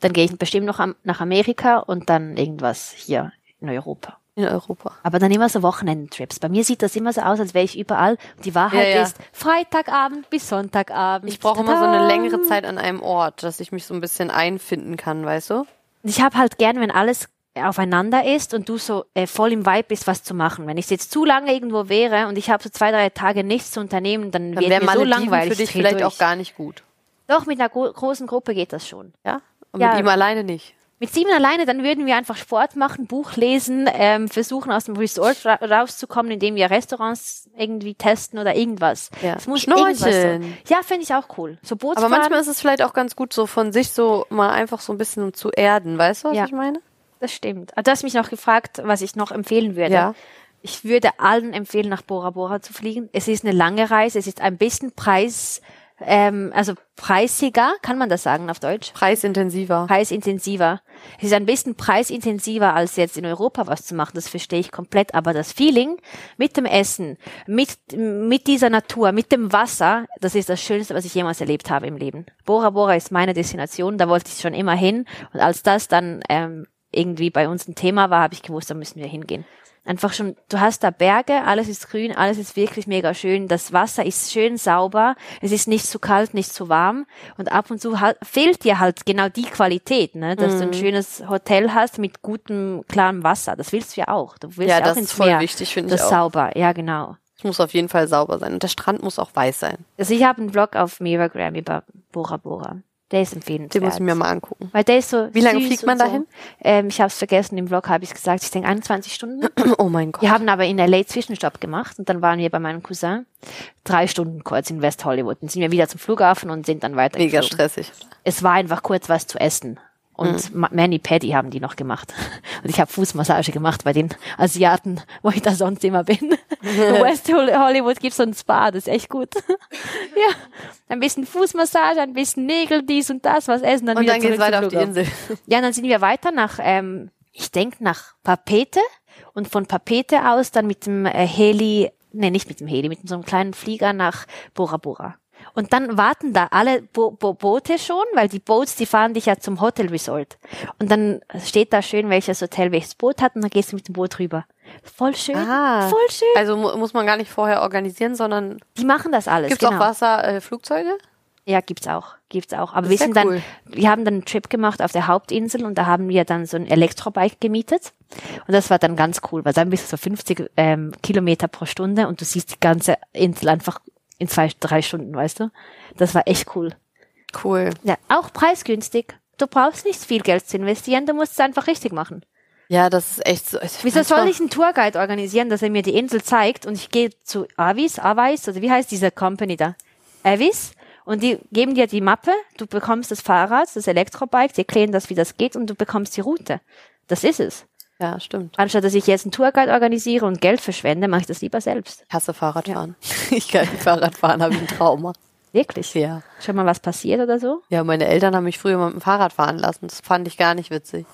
Speaker 2: dann gehe ich bestimmt noch am, nach Amerika und dann irgendwas hier in Europa.
Speaker 1: In Europa.
Speaker 2: Aber dann immer so Wochenendtrips. Bei mir sieht das immer so aus, als wäre ich überall. Und die Wahrheit
Speaker 1: Ja, ja.
Speaker 2: ist Freitagabend bis Sonntagabend.
Speaker 1: Ich brauche immer so
Speaker 2: Tada!
Speaker 1: eine längere Zeit an einem Ort, dass ich mich so ein bisschen einfinden kann, weißt du?
Speaker 2: Ich habe halt gern, wenn alles aufeinander ist und du so äh, voll im Vibe bist, was zu machen. Wenn ich jetzt zu lange irgendwo wäre und ich habe so zwei, drei Tage nichts zu unternehmen, dann,
Speaker 1: Dann
Speaker 2: wird
Speaker 1: wäre
Speaker 2: mir so
Speaker 1: Malediven
Speaker 2: langweilig.
Speaker 1: für dich
Speaker 2: Ich dreh
Speaker 1: vielleicht
Speaker 2: durch.
Speaker 1: auch gar nicht gut.
Speaker 2: Doch, mit einer gro großen Gruppe geht das schon.
Speaker 1: Ja? Und
Speaker 2: Ja.
Speaker 1: mit ihm alleine nicht.
Speaker 2: Mit sieben alleine, dann würden wir einfach Sport machen, Buch lesen, ähm, versuchen aus dem Resort ra rauszukommen, indem wir Restaurants irgendwie testen oder irgendwas.
Speaker 1: Ja.
Speaker 2: Es muss
Speaker 1: Schnorcheln.
Speaker 2: irgendwas so. Ja, finde ich auch cool. So
Speaker 1: Aber
Speaker 2: Bootsfahren,
Speaker 1: manchmal ist es vielleicht auch ganz gut, so von sich so mal einfach so ein bisschen zu erden, weißt du, was
Speaker 2: Ja.
Speaker 1: ich meine?
Speaker 2: das stimmt. Ah, Du hast mich noch gefragt, was ich noch empfehlen würde.
Speaker 1: Ja.
Speaker 2: Ich würde allen empfehlen, nach Bora Bora zu fliegen. Es ist eine lange Reise, es ist ein bisschen preis, ähm, also preisiger, kann man das sagen auf Deutsch?
Speaker 1: Preisintensiver.
Speaker 2: preisintensiver. Es ist ein bisschen preisintensiver, als jetzt in Europa was zu machen. Das verstehe ich komplett. Aber das Feeling mit dem Essen, mit, mit dieser Natur, mit dem Wasser, das ist das Schönste, was ich jemals erlebt habe im Leben. Bora Bora ist meine Destination. Da wollte ich schon immer hin. Und als das dann, ähm, irgendwie bei uns ein Thema war, habe ich gewusst, da müssen wir hingehen. Einfach schon, du hast da Berge, alles ist grün, alles ist wirklich mega schön, das Wasser ist schön sauber, es ist nicht zu kalt, nicht zu warm und ab und zu halt, fehlt dir halt genau die Qualität, ne, dass
Speaker 1: Mhm.
Speaker 2: du ein schönes Hotel hast mit gutem, klarem Wasser. Das willst du ja auch. Du willst
Speaker 1: Ja,
Speaker 2: ja, auch
Speaker 1: das
Speaker 2: ins
Speaker 1: ist voll
Speaker 2: Meer.
Speaker 1: wichtig, finde ich
Speaker 2: Das
Speaker 1: auch.
Speaker 2: sauber, ja genau.
Speaker 1: Es muss auf jeden Fall sauber sein. Und der Strand muss auch weiß sein.
Speaker 2: Also ich habe einen Blog auf Miragram über Bora Bora. Der ist empfehlenswert.
Speaker 1: Den muss ich mir mal angucken.
Speaker 2: Weil der ist so.
Speaker 1: Wie lange
Speaker 2: süß
Speaker 1: fliegt man
Speaker 2: und so.
Speaker 1: dahin?
Speaker 2: Ähm, ich habe es vergessen, im Blog habe ich gesagt, ich denke 21 Stunden.
Speaker 1: Oh mein Gott.
Speaker 2: Wir haben aber in LA Zwischenstopp gemacht und dann waren wir bei meinem Cousin drei Stunden kurz in West Hollywood. Dann sind wir wieder zum Flughafen und sind dann weiter.
Speaker 1: Mega
Speaker 2: geflogen.
Speaker 1: stressig.
Speaker 2: Es war einfach kurz was zu essen. Und Ma- Manny Paddy haben die noch gemacht. Und ich habe Fußmassage gemacht bei den Asiaten, wo ich da sonst immer bin. In West Hol- Hollywood gibt's so ein Spa, das ist echt gut. ja, ein bisschen Fußmassage, ein bisschen Nägel, dies und das, was essen. Dann
Speaker 1: Und
Speaker 2: wieder
Speaker 1: dann geht's
Speaker 2: zurück zum
Speaker 1: weiter auf die
Speaker 2: Flughafen.
Speaker 1: Insel.
Speaker 2: Ja, und dann sind wir weiter nach, ähm, ich denk nach Papete und von Papete aus dann mit dem äh, Heli, nee, nicht mit dem Heli, mit so einem kleinen Flieger nach Bora Bora. Und dann warten da alle Bo Bo Boote schon, weil die Boats, die fahren dich ja zum Hotel Resort. Und dann steht da schön, welches Hotel welches Boot hat und dann gehst du mit dem Boot rüber. Voll schön, voll schön.
Speaker 1: Also mu muss man gar nicht vorher organisieren, sondern
Speaker 2: Die machen das alles.
Speaker 1: gibt's
Speaker 2: genau.
Speaker 1: auch Wasser, äh, Flugzeuge?
Speaker 2: Ja, gibt's auch, gibt's auch. Aber
Speaker 1: Das
Speaker 2: wir
Speaker 1: ist ja
Speaker 2: sind
Speaker 1: cool.
Speaker 2: dann, wir haben dann einen Trip gemacht auf der Hauptinsel und da haben wir dann so ein Elektrobike gemietet und das war dann ganz cool, weil dann bist du so 50 ähm, Kilometer pro Stunde und du siehst die ganze Insel einfach in zwei, drei Stunden, weißt du? Das war echt cool.
Speaker 1: Cool.
Speaker 2: Ja, auch preisgünstig. Du brauchst nicht viel Geld zu investieren, du musst es einfach richtig machen.
Speaker 1: Ja, das ist echt so. ich-
Speaker 2: Wieso
Speaker 1: manchmal-
Speaker 2: soll ich einen Tourguide organisieren, dass er mir die Insel zeigt und ich gehe zu Avis, Avis oder wie heißt diese Company da? Avis und die geben dir die Mappe, du bekommst das Fahrrad, das Elektrobike, die erklären das, wie das geht und du bekommst die Route. Das ist es.
Speaker 1: Ja, stimmt.
Speaker 2: Anstatt dass ich jetzt einen Tourguide organisiere und Geld verschwende, mache ich das lieber selbst.
Speaker 1: Ich hasse Fahrradfahren. Ich kann nicht Fahrradfahren, habe ich ein Trauma.
Speaker 2: Wirklich.
Speaker 1: Ja.
Speaker 2: Schon mal was passiert oder so?
Speaker 1: Ja, meine Eltern haben mich früher mal mit dem Fahrrad fahren lassen. Das fand ich gar nicht witzig.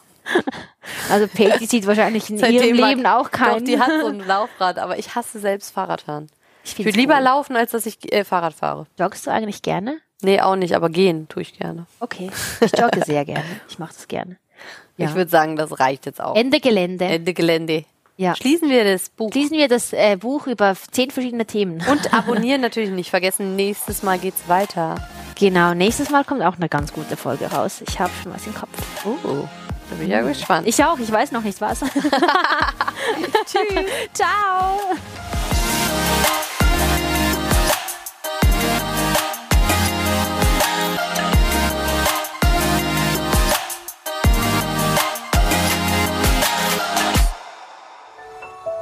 Speaker 2: Also Peggy sieht wahrscheinlich in ihrem
Speaker 1: mag-
Speaker 2: Leben auch keinen.
Speaker 1: Doch, die hat so ein Laufrad, aber ich hasse selbst Fahrradfahren.
Speaker 2: ich
Speaker 1: Ich
Speaker 2: find's
Speaker 1: würde lieber
Speaker 2: cool.
Speaker 1: laufen, als dass ich äh, Fahrrad fahre.
Speaker 2: Joggst du eigentlich gerne?
Speaker 1: Nee, auch nicht, aber gehen tue ich gerne.
Speaker 2: Okay. Ich jogge sehr gerne. Ich mache das gerne. Ja.
Speaker 1: Ich würde sagen, das reicht jetzt auch.
Speaker 2: Ende Gelände.
Speaker 1: Ende Gelände.
Speaker 2: Ja.
Speaker 1: Schließen wir das Buch.
Speaker 2: Schließen wir das äh, Buch über zehn verschiedene Themen.
Speaker 1: Und abonnieren natürlich nicht vergessen, nächstes Mal geht's weiter.
Speaker 2: Genau, nächstes Mal kommt auch eine ganz gute Folge raus. Ich habe schon was im Kopf.
Speaker 1: Oh, da bin ich ja gespannt.
Speaker 2: Ich auch, ich weiß noch nicht was. Tschüss. Ciao.